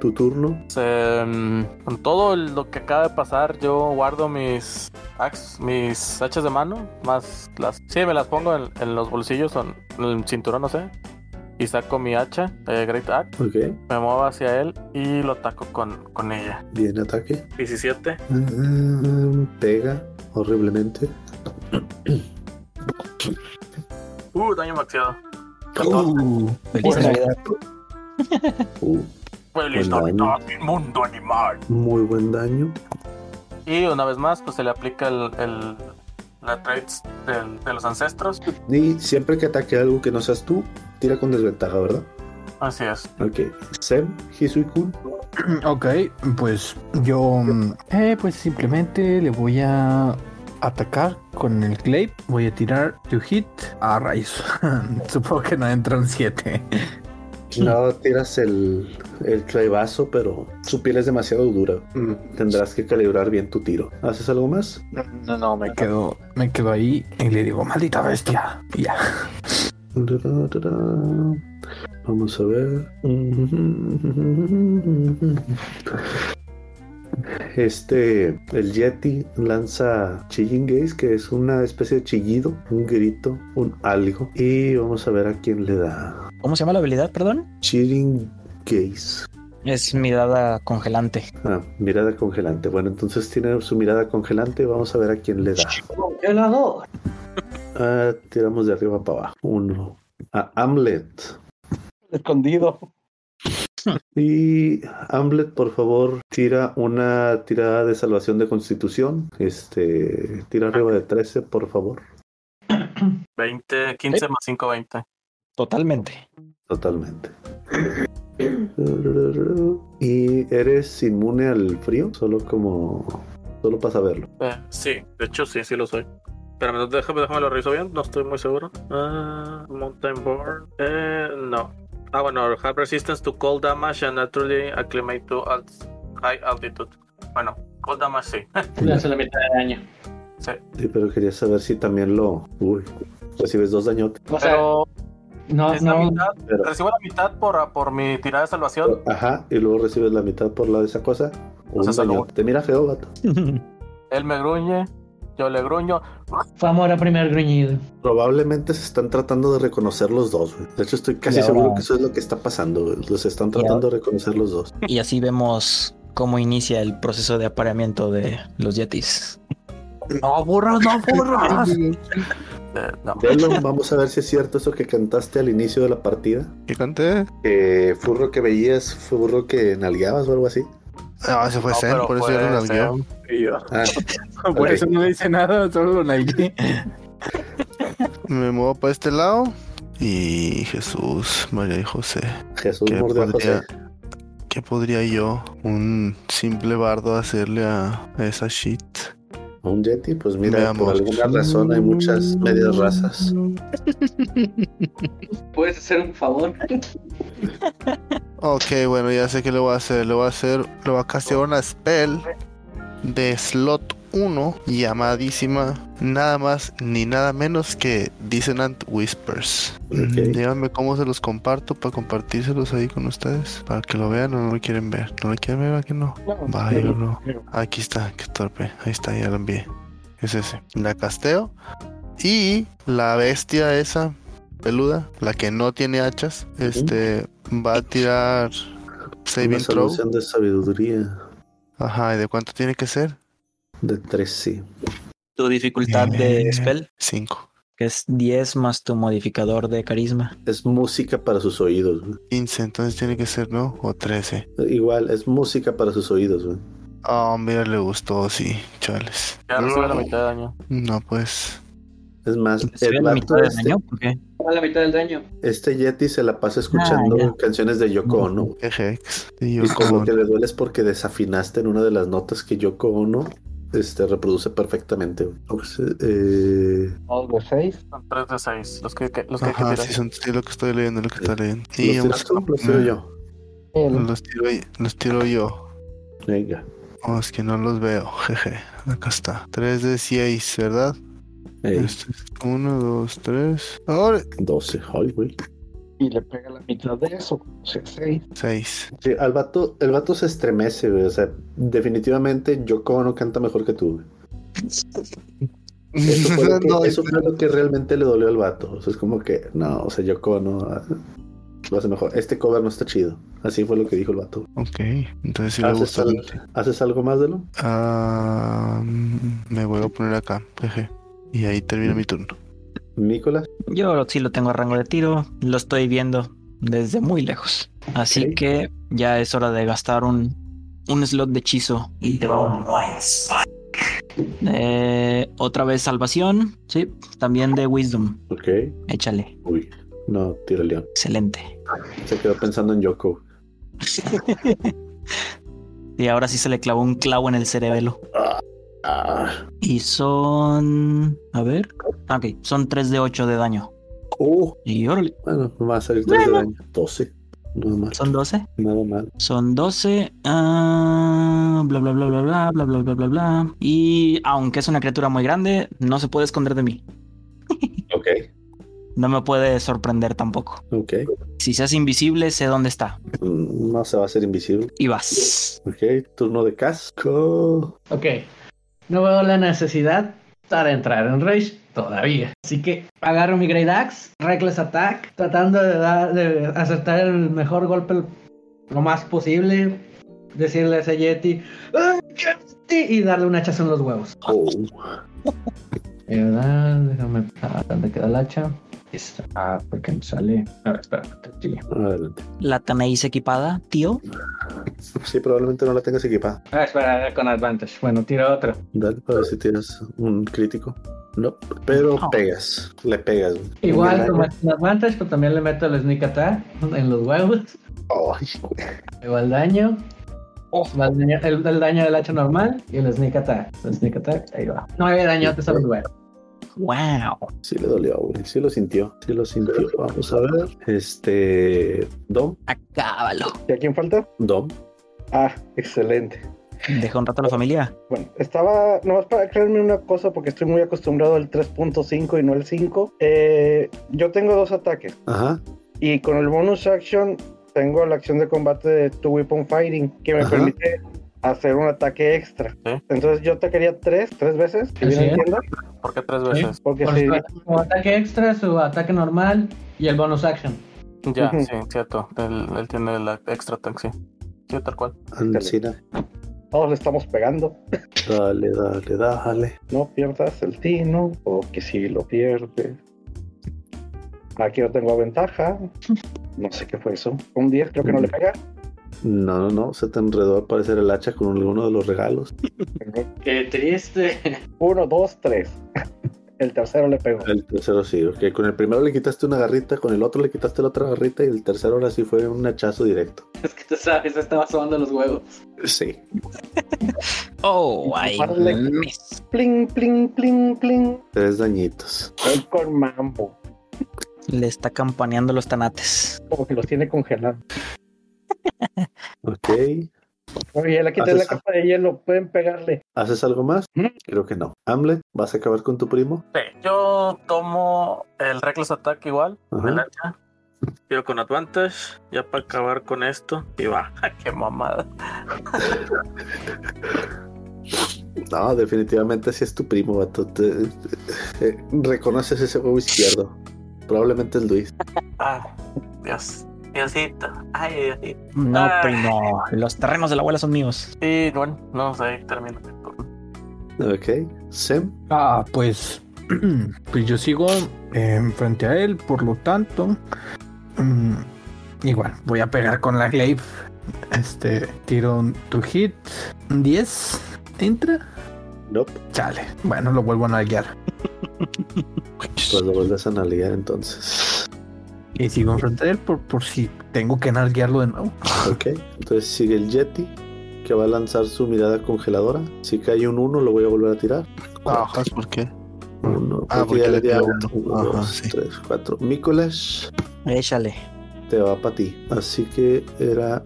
S2: tu turno.
S1: Se, mm, con todo lo que acaba de pasar, yo guardo mis ax- mis hachas de mano, más las... Sí, me las pongo en, en los bolsillos, o en el cinturón, no sé. Y saco mi hacha, eh, Great Axe,
S2: Ok.
S1: me muevo hacia él y lo ataco con, con ella.
S2: Bien, ataque.
S1: 17.
S2: Mm, Pega horriblemente.
S1: Uh, daño maxeado.
S6: Feliz Navidad.
S2: Uh,
S1: Feliz
S2: Buen daño.
S1: Navidad, inmundo animal.
S2: muy buen daño.
S1: Y una vez más, pues se le aplica el... el la traits del- de los ancestros.
S2: Y siempre que ataque algo que no seas tú, tira con desventaja, ¿verdad?
S1: Así es.
S2: Ok. Sem, Hisui-kun.
S3: Ok, pues yo. mm, eh, pues simplemente le voy a atacar con el Glaive. Voy a tirar to hit a raíz. Supongo que no entran 7.
S2: No tiras el, el clavazo, pero su piel es demasiado dura. Mm, Tendrás que calibrar bien tu tiro. ¿Haces algo más?
S3: No, no, me quedo, me quedo ahí y le digo, maldita bestia. Y ya.
S2: Vamos a ver. Este, el Yeti lanza Chilling Gaze, que es una especie de chillido, un grito, un algo. Y vamos a ver a quién le da.
S6: ¿Cómo se llama la habilidad, perdón?
S2: Chilling Gaze.
S6: Es mirada congelante.
S2: Ah, mirada congelante. Bueno, entonces tiene su mirada congelante. Vamos a ver a quién le da.
S5: Congelador.
S2: Ah, tiramos de arriba para abajo. Uno. A Hamlet.
S4: Escondido.
S2: Y Hamlet, por favor, tira una tirada de salvación de constitución. Este, tira arriba de 13, por favor.
S1: 20, 15 más 5, 20.
S6: Totalmente.
S2: Totalmente. Y eres inmune al frío, solo como. Solo para saberlo.
S1: Eh, sí, de hecho sí, sí lo soy. Pero no, déjame, déjame lo reviso bien, no estoy muy seguro. Ah, Mountain Born. Eh, no. Ah, bueno, have resistance to cold damage and naturally acclimate to alt- high altitude. Bueno, cold damage sí.
S5: Le hace la mitad de daño.
S2: Sí, pero quería saber si también lo. Uy, recibes dos dañotes.
S5: O sea,
S1: Pero
S5: no,
S1: es la
S5: Ah, no.
S1: mitad,
S2: Pero-
S1: recibo la mitad por, por mi tirada de salvación.
S2: Ajá, y luego recibes la mitad por la de esa cosa. Un
S1: sea, salud.
S2: dañote. Te mira feo, gato.
S1: Él me gruñe, yo le gruño.
S5: Fue amor a primer gruñido.
S2: Probablemente se están tratando de reconocer los dos, güey. De hecho, estoy casi
S6: Y ahora-
S2: seguro que eso es lo que está pasando, güey. Los están tratando de reconocer los dos.
S6: y así vemos cómo inicia el proceso de apareamiento de los yetis.
S3: No burras, no burras.
S1: Eh, no.
S2: Velo, vamos a ver si es cierto eso que cantaste al inicio de la partida.
S7: ¿Qué conté?
S2: Eh, furro que veías, furro que nalgueabas o algo así.
S7: Ah, ese fue
S1: No,
S7: Zen,
S1: pero
S7: por eso
S1: fue
S7: yo no
S1: Zen.
S7: nalgueo.
S2: Ah,
S3: Por eso no le dice nada, solo lo nalgué.
S7: Me muevo para este lado. Y Jesús, María y José.
S2: Jesús
S7: ¿Qué
S2: mordió a José.
S7: podría, ¿Qué podría yo, un simple bardo, hacerle a a esa shit?
S2: A un Yeti, pues mira,
S7: Veamos.
S2: por alguna razón hay muchas medias razas.
S5: ¿Puedes hacer un favor?
S7: Ok, bueno, ya sé qué le voy a hacer. Le voy a hacer, le voy a castear una spell de slot 1 llamadísima nada más ni nada menos que Dissonant Whispers.
S2: Ok.
S7: Díganme cómo se los comparto para compartírselos ahí con ustedes. Para que lo vean o no lo quieren ver. ¿No lo quieren ver? ¿A que no? Vaya, no. Aquí está, qué torpe. Ahí está, ya lo envié. Es ese. La casteo. Y la bestia esa peluda, la que no tiene hachas, este va a tirar
S2: Una
S7: saving throw.
S2: solución de sabiduría
S7: Ajá, ¿y de cuánto tiene que ser?
S2: de 3, sí.
S6: Tu dificultad de
S7: Eh.
S6: spell,
S7: 5.
S6: que es 10 más tu modificador de carisma.
S2: Es música para sus oídos. güey.
S7: 15, entonces tiene que ser, ¿no? O 13.
S2: Igual, es música para sus oídos, güey.
S7: Ah, mira, le gustó, sí, chales.
S1: Ya recibo la mitad de daño.
S7: No, pues.
S2: Es más,
S6: ¿Se
S2: el
S6: ve Eh, la
S2: vato
S6: mitad del
S2: este,
S6: daño? ¿Por qué?
S5: A la mitad del daño.
S2: este Yeti se la pasa escuchando
S6: ya.
S2: canciones de Yoko Ono.
S7: ¿Qué hex? Y yo
S2: Y como
S7: como.
S2: que le duele es porque desafinaste en una de las notas que Yoko Ono este, reproduce perfectamente. güey. Pues, eh,
S4: Algo de seis.
S1: Son 3 de 6. Los que, que- los que hay que
S7: Ajá,
S1: tirar.
S7: sí, son, sí, lo que estoy leyendo, lo que está leyendo. Y mm,
S2: ¿Los eh.
S7: vamos
S2: tiras Eh, tú?
S7: a
S2: ¿Los tiro
S7: poner-
S2: yo?
S4: El-
S7: Los tiro, los tiro yo.
S2: Venga,
S7: Oh, es que no los veo, jeje. Acá está. 3 de 6, ¿verdad? Este
S2: Ey,
S7: 1, 2, 3. Ahora.
S2: 12. Ay, güey.
S4: y le pega la mitad de eso. O sea, seis.
S7: 6.
S2: Sí, al vato, el vato se estremece, güey. O sea, definitivamente Yoko Ono canta mejor que tú. güey. Eso fue lo que, eso fue lo que realmente le dolió al vato. O sea, es como que, no, o sea, Yoko Ono ah, lo hace mejor. Este cover no está chido. Así fue lo que dijo el vato.
S7: ok, entonces sí le
S2: ¿Haces,
S7: gusta.
S2: al- ¿Haces algo más de lo?
S7: Ah, me voy a poner acá, jeje. Y ahí termina mi turno.
S2: Nicolás,
S6: Yo sí lo tengo a rango de tiro, lo estoy viendo desde muy lejos. Así
S2: Ok.
S6: que ya es hora de gastar un, un slot de hechizo. Y te va un Mind Spike. Eh, otra vez salvación, sí, también de Wisdom,
S2: ok.
S6: échale.
S2: Uy, No, tira León.
S6: Excelente.
S2: Se quedó pensando en Yoko.
S6: Y ahora sí se le clavó un clavo en el cerebelo.
S2: Ah.
S6: Y son. A ver. Ah, Ok, son 3 de 8 de daño.
S2: Uh,
S6: Y órale,
S2: bueno, me va a salir 3 de
S6: Bueno.
S2: daño. 12. Nada mal.
S6: son 12.
S2: Nada mal.
S6: Son 12. ah, bla, bla, bla, bla, bla, bla, bla, bla, bla, bla. Y aunque es una criatura muy grande, no se puede esconder de mí.
S2: Ok.
S6: No me puede sorprender tampoco.
S2: Ok.
S6: Si seas invisible, sé dónde está.
S2: Mm, No se va a hacer invisible.
S6: Y vas.
S2: Ok. Turno de casco.
S5: Ok. No veo la necesidad para entrar en Rage todavía. Así que agarro mi Great Axe, Reckless Attack, tratando de, dar, de acertar el mejor golpe lo más posible. Decirle a ese Yeti, "¡Ah, Yeti", y darle un hachazo en los huevos.
S2: Oh.
S5: Eh, ¿Verdad? Déjame. ah, ¿Dónde queda el hacha? Listo. Ah, porque me sale. A ver, espera. sí.
S2: Adelante.
S6: La tenéis equipada, tío.
S2: Sí, probablemente no la tengas equipada.
S5: Ah, espera, con Advantage. Bueno, tiro otro.
S2: Dale para ver si tienes un crítico. No, pero
S6: No.
S2: pegas. Le pegas. güey.
S5: Igual,
S2: Daño.
S5: como es un Advantage, pero también le meto el Sneak Attack en los huevos.
S2: Ay, güey.
S5: Le va el daño. Va el, daño el, el daño del hacha normal y el sneak attack. El sneak attack, ahí va. No había daño antes a los huevos.
S6: Wow.
S2: Sí le dolió, güey. Sí lo sintió. Sí lo sintió. Vamos a ver. Este. Dom.
S6: Acábalo.
S4: ¿Y a quién falta?
S2: Dom.
S4: Ah, excelente.
S6: Deja un rato a la familia.
S4: Bueno, estaba, nomás para aclararme una cosa, porque estoy muy acostumbrado al 3.5 y no al 5. Eh, yo tengo dos ataques.
S2: Ajá.
S4: Y con el bonus action tengo la acción de combate de Two Weapon Fighting, que me
S2: Ajá.
S4: permite hacer un ataque extra.
S1: Sí.
S4: Entonces yo atacaría tres, tres veces, si
S5: Así
S4: bien
S5: es.
S4: entiendo,
S1: ¿Por qué tres veces?
S4: porque
S5: Por
S4: si
S5: su, su ataque extra, su ataque normal y el bonus action.
S1: Ya,
S4: Ujú.
S1: sí, cierto. Él, él tiene la extra tank, sí. Sí, tal cual.
S2: Ancina.
S4: todos le estamos pegando,
S2: Dale, dale, dale.
S4: no pierdas el tino, o que si lo pierdes. Aquí no tengo ventaja, no sé qué fue eso, un 10 creo que no le pega.
S2: No, no, no. Se te enredó al parecer el hacha con alguno de los regalos.
S5: Qué triste.
S4: Uno, dos, tres. El tercero le pegó.
S2: El tercero sí, ok. Con el primero le quitaste una garrita, con el otro le quitaste la otra garrita y el tercero ahora sí fue un hachazo directo.
S5: Es que tú sabes, estaba sobando los huevos.
S2: Sí.
S6: Oh, ay.
S4: Darle
S6: mis-
S4: Pling, pling, pling, pling.
S2: Tres dañitos.
S4: Voy con mambo.
S6: Le está campaneando los tanates.
S4: Como que los tiene congelados.
S2: Ok.
S4: Oye, le quité
S2: Haces-
S4: la capa de hielo, pueden pegarle.
S2: ¿Haces algo más?
S4: ¿Mm?
S2: Creo que no. Hamlet, ¿vas a acabar con tu primo?
S1: Sí, yo tomo el Reckless Attack igual,
S2: Ajá.
S1: el hacha. Tiro con Advantage, ya para acabar con esto. Y va, qué mamada.
S2: No, definitivamente sí es tu primo, vato. Te- eh, reconoces ese huevo izquierdo. Probablemente es Luis.
S1: Ah, Dios. Diosito. Ay, Diosito.
S6: No,
S1: Ah.
S6: primo. Los terrenos de la abuela son míos.
S1: Y bueno, no sé, termino mi turno.
S2: Ok. Sem.
S3: Ah, pues. Pues yo sigo eh, frente a él, por lo tanto. mm, igual, voy a pegar con la glaive. Este, tiro un to hit. un 10. ¿Entra?
S2: Nope.
S3: Chale. Bueno, lo vuelvo a nalguear.
S2: Pues lo vuelves a analizar entonces.
S3: Y sigo enfrente de él por, por si tengo que nalguearlo de nuevo.
S2: Ok. Entonces sigue el Yeti, que va a lanzar su mirada congeladora. Si cae un 1, lo voy a volver a tirar. Ah,
S7: ¿Bajas por qué?
S2: Uno,
S7: Ah,
S2: porque ya le
S7: porque le
S2: di a
S7: pegó
S2: uno.
S7: uno.
S2: Uno,
S7: Ajá,
S2: dos,
S7: sí.
S2: tres, cuatro. Nicolás
S6: Échale.
S2: te va para ti. Así que era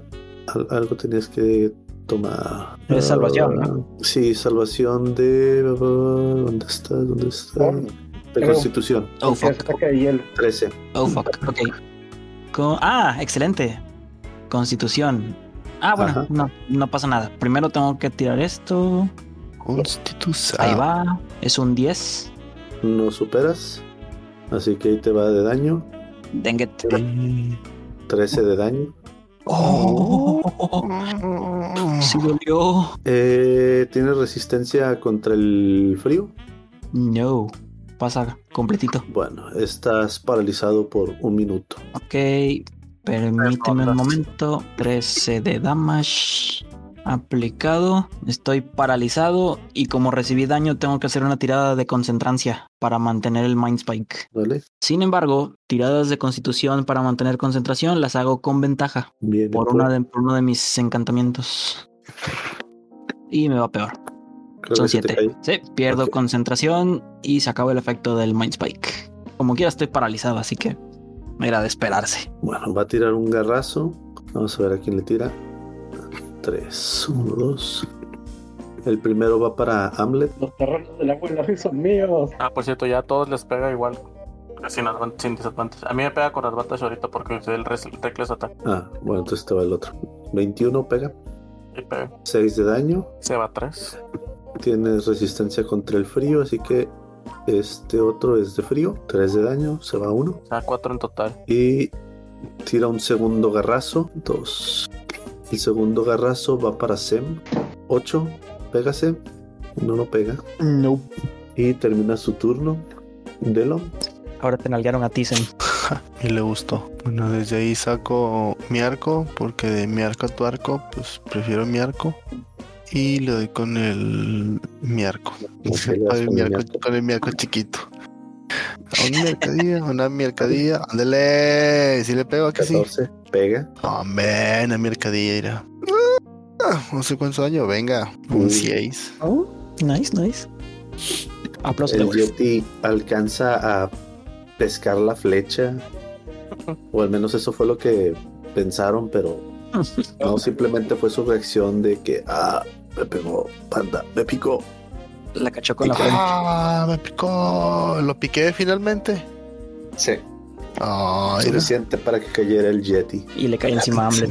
S2: al- algo tenías que tomar.
S6: Es salvación,
S2: ¿no? Sí, salvación de. ¿Dónde está? ¿Dónde está?
S7: Oh,
S4: Con-
S2: De
S4: creo.
S2: constitución.
S6: Oh,
S4: porque
S6: fuck.
S4: es ataque de hielo.
S2: 13.
S6: Oh, fuck. Ok. Co- ah, excelente. Constitución. Ah, bueno,
S2: Ajá.
S6: no, no pasa nada. Primero tengo que tirar esto.
S7: Constitución.
S6: Ahí va. Es un 10.
S2: No superas. Así que ahí te va de daño.
S6: Denguete.
S2: 13 de daño.
S6: Oh, sí dolió.
S2: Eh, ¿Tienes resistencia contra el frío?
S6: No. Pasa completito.
S2: Bueno, estás paralizado por un minuto.
S6: Ok. Permíteme un momento. 13 de damage. Aplicado, estoy paralizado y como recibí daño tengo que hacer una tirada de concentrancia para mantener el Mind Spike.
S2: ¿Vale?
S6: Sin embargo, tiradas de constitución para mantener concentración las hago con ventaja
S2: Bien.
S6: por, una de, por uno de mis encantamientos. Y me va peor.
S2: Claro
S6: Son
S2: que se te
S6: 7.
S2: cae.
S6: Sí, pierdo
S2: Ok.
S6: concentración y se acaba el efecto del Mind Spike. Como quiera estoy paralizado, así que era de esperarse.
S2: Bueno, va a tirar un garrazo. Vamos a ver a quién le tira. Tres, uno, dos. El primero va para Hamlet.
S4: Los terrenos del agua y la risa son míos.
S1: Ah, por cierto, ya a todos les pega igual. Sin, advan- sin disadvantage. A mí me pega con advantage ahorita porque usé el res- reckless attack.
S2: Ah, bueno, entonces te va el otro. 21 pega.
S1: Y pega.
S2: 6 de daño.
S1: Se va 3.
S2: Tienes resistencia contra el frío, así que este otro es de frío. 3 de daño, se va uno.
S1: O sea, 4 en total.
S2: Y tira un segundo garrazo. 2. El segundo garrazo va para Sem. 8. Pega Sem. No, no pega.
S3: No.
S2: Y termina su turno. Delon.
S6: Ahora te nalgaron a Tizen.
S7: Y le gustó. Bueno, desde ahí saco mi arco, porque de mi arco a tu arco, pues prefiero mi arco. Y le doy con el mi arco.
S2: Ok, le das
S7: Con el
S2: con
S7: mi
S2: el
S7: arco,
S2: arco.
S7: con el mi arco chiquito. A una mercadilla, a una mercadilla. Ándale, si le pego aquí pues, sí.
S2: 14. Pega.
S7: Hombre, una mercadilla. mira. Ah, No sé cuánto daño, venga. Un
S2: Mm.
S7: 6.
S6: Nice, nice. Aplausos de
S2: El
S6: golf.
S2: Yeti alcanza a pescar la flecha. O al menos eso fue lo que pensaron, pero no, simplemente fue su reacción de que, ah, me pegó, panda, me picó.
S6: La cachó con la frente.
S7: Ah, me picó. Lo piqué finalmente.
S2: Sí.
S7: Ay, mira.
S2: Suficiente para que cayera el Yeti.
S6: y le cae encima a Hamlet.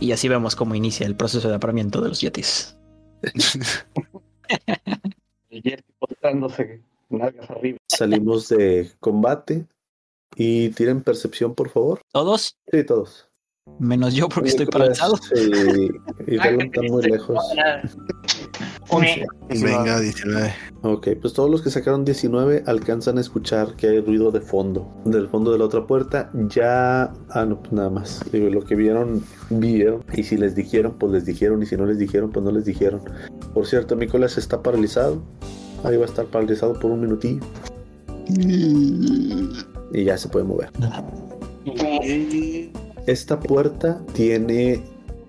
S6: Y así vemos cómo inicia el proceso de apareamiento de los Yetis.
S4: Y él postrándose nalgas arriba.
S2: Salimos de combate y tiren percepción, por favor.
S6: Todos,
S2: Sí, todos.
S6: menos yo porque estoy
S2: Nicolás,
S6: paralizado.
S2: Sí, y Delon está muy lejos.
S7: venga, 19.
S2: Ok, pues todos los que sacaron 19 alcanzan a escuchar que hay ruido de fondo. Del fondo de la otra puerta ya... Ah, no, pues nada más. Digo, lo que vieron, vieron. Y si les dijeron, pues les dijeron. Y si no les dijeron, pues no les dijeron. Por cierto, Nicolás está paralizado. Ahí va a estar paralizado por un minutillo. Y ya se puede mover. Esta puerta tiene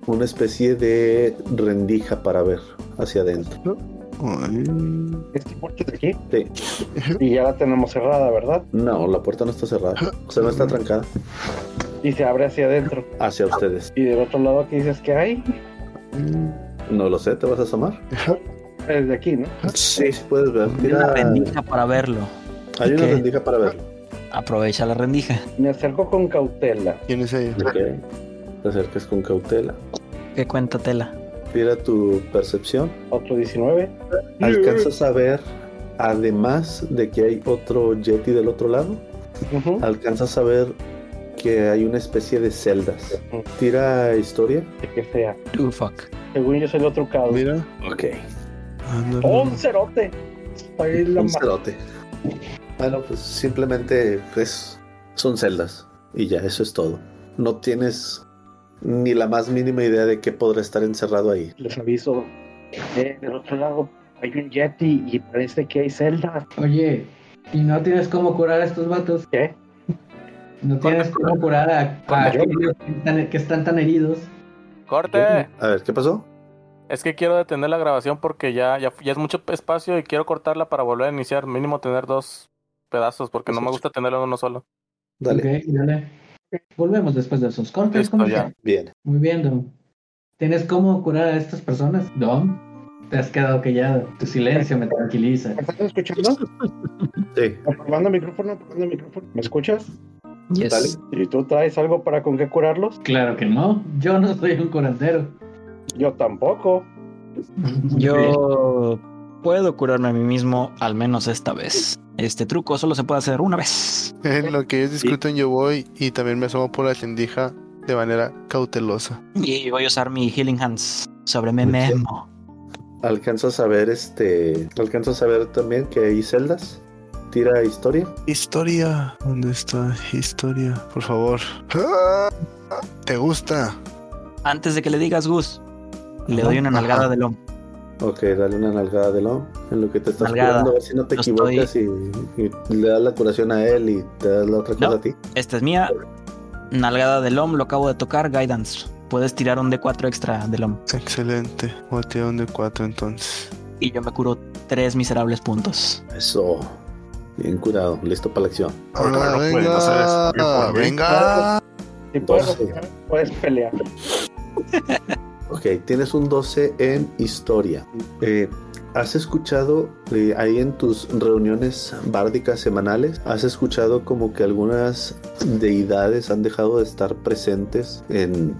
S2: una especie de rendija para ver hacia adentro.
S7: Ay.
S4: Este puerto de aquí.
S2: Sí.
S4: Y ya la tenemos cerrada, ¿verdad?
S2: No, la puerta no está cerrada. O sea, no está trancada.
S4: Y se abre hacia adentro.
S2: Hacia ustedes.
S4: Y del otro lado aquí dices que hay.
S2: No lo sé, ¿te vas a asomar?
S4: Desde aquí, ¿no?
S2: Sí, sí puedes ver.
S6: Hay una
S2: Mira,
S6: rendija para verlo.
S2: hay una
S6: Ok.
S2: rendija para verlo.
S6: Aprovecha la rendija.
S4: Me acerco con cautela.
S7: ¿Quién es ella?
S2: Ok. Te acerques con cautela.
S6: ¿Qué cuenta tela?
S2: Mira tu percepción.
S4: Otro 19.
S2: Alcanzas a ver, además de que hay otro Yeti del otro lado,
S4: Ujú.
S2: alcanzas a ver que hay una especie de celdas. Tira historia.
S4: De que sea.
S6: Ooh, fuck.
S4: Según yo soy lo trucado.
S7: Mira.
S2: Ok.
S7: Ándale.
S4: ¡Oh, un cerote! Soy la
S2: Un
S4: ma-
S2: cerote. Bueno, pues simplemente pues, son celdas. Y ya, eso es todo. No tienes ni la más mínima idea de qué podrá estar encerrado ahí.
S4: Les aviso. Eh, del otro lado hay un yeti y parece que hay celdas.
S5: Oye, ¿y no tienes cómo curar a estos vatos?
S4: ¿Qué?
S5: ¿No tienes cómo curar a, a aquellos que están, que están tan heridos?
S1: ¡Corte!
S2: A ver, ¿qué pasó?
S1: Es que quiero detener la grabación porque ya, ya, ya es mucho espacio y quiero cortarla para volver a iniciar. Mínimo tener dos pedazos porque no me gusta tenerlo en uno solo.
S2: Dale.
S5: Ok, dale. Volvemos después de esos cortes.
S1: Listo,
S5: comerciales.
S1: ya.
S2: Bien.
S5: Muy bien, Dom. ¿Tienes cómo curar a estas personas? Dom, te has quedado callado. Tu silencio me tranquiliza.
S4: ¿Me estás escuchando?
S2: Sí.
S4: Probando micrófono, probando micrófono. ¿Me escuchas?
S6: Yes.
S2: Dale.
S4: ¿Y tú traes algo para con qué curarlos?
S5: Claro que no. Yo no soy un curandero.
S4: Yo tampoco.
S6: Yo puedo curarme a mí mismo, al menos esta vez. Este truco solo se puede hacer una vez.
S7: En lo que ellos discuten, yo voy y también me asomo por la rendija de manera cautelosa.
S6: Y voy a usar mi Healing Hands sobre mí mismo.
S2: Alcanzas a ver este. Alcanzas a ver también que hay celdas. Tira historia.
S7: Historia. ¿Dónde está historia? Por favor. ¡Ah! ¿Te gusta?
S6: Antes de que le digas Gus, Le doy una nalgada de lomo.
S2: Ok, dale una nalgada de lo en lo que te estás
S6: Nalgada.
S2: curando, a ver si no te
S6: Yo
S2: equivocas y, y le das la curación a él y te das la otra cosa
S6: No.
S2: a ti.
S6: Esta es mía. Nalgada de Lom, lo acabo de tocar. Guidance. Puedes tirar un D4 extra de Lom.
S7: Excelente. Voy a tirar un de 4 entonces.
S6: Y yo me curo tres miserables puntos.
S2: Eso. Bien curado, listo para la acción.
S8: Ahorita no pueden
S7: Ah, venga,
S8: hacer eso, bien por mí.
S7: venga.
S4: Si puedes
S2: Doce.
S4: respirar, puedes pelear.
S2: Ok, tienes un 12 en historia. Eh, ¿Has escuchado eh, ahí en tus reuniones bárdicas semanales? ¿Has escuchado como que algunas deidades han dejado de estar presentes en,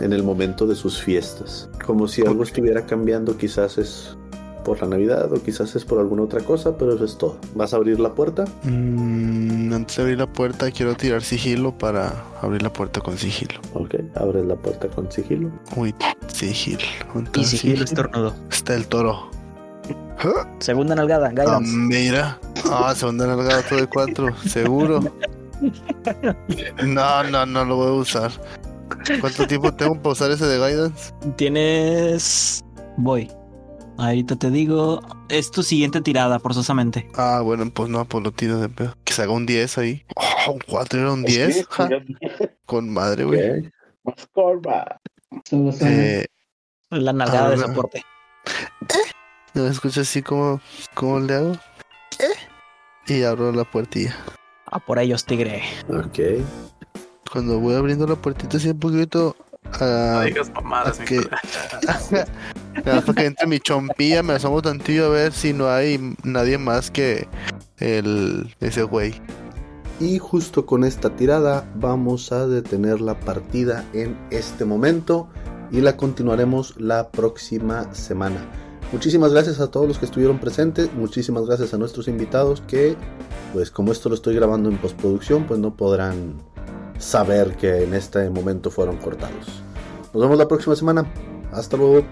S2: en el momento de sus fiestas? Como si algo estuviera cambiando, quizás es por la Navidad o quizás es por alguna otra cosa, pero eso es todo. ¿Vas a abrir la puerta?
S7: Mm, antes de abrir la puerta, quiero tirar sigilo para abrir la puerta con sigilo.
S2: Ok, abres la puerta con sigilo.
S7: Uy, sigilo. ¿Dónde
S2: Ah,
S7: está
S6: Y sigilo
S7: sigilo?
S6: estornudo.
S7: Está el toro. ¿Ah?
S6: Segunda nalgada,
S7: Ah,
S6: guidance.
S7: mira. Ah, segunda nalgada todo de cuatro. Seguro. No, no, no lo voy a usar. ¿Cuánto tiempo tengo para usar ese de guidance?
S6: Tienes. Voy. Ahorita te digo. Es tu siguiente tirada, forzosamente.
S7: Ah, bueno, pues no, pues lo tiro de pedo. Que salga un 10 ahí. Oh, un 4 era un 10.
S4: Pues Sí,
S7: Ja, con madre, güey.
S2: Ok.
S4: Más corva.
S5: Solo son
S7: Eh,
S6: La nalgada
S7: Ah,
S6: de
S7: no.
S6: soporte.
S7: ¿No me escucho así como, como le hago? ¿Qué? Y abro la puertilla.
S6: Ah, por ellos, tigre.
S2: Ok.
S7: Cuando voy abriendo la puertita así un poquito...
S1: No
S7: ah,
S1: digas mamadas,
S7: que-
S1: Nicolás.
S7: Nada más para que entre mi chompilla, me asomo tantillo a ver si no hay nadie más que el ese güey.
S2: Y justo con esta tirada vamos a detener la partida en este momento y la continuaremos la próxima semana. Muchísimas gracias a todos los que estuvieron presentes, muchísimas gracias a nuestros invitados que, pues como esto lo estoy grabando en postproducción, pues no podrán saber que en este momento fueron cortados. Nos vemos la próxima semana. Hasta luego.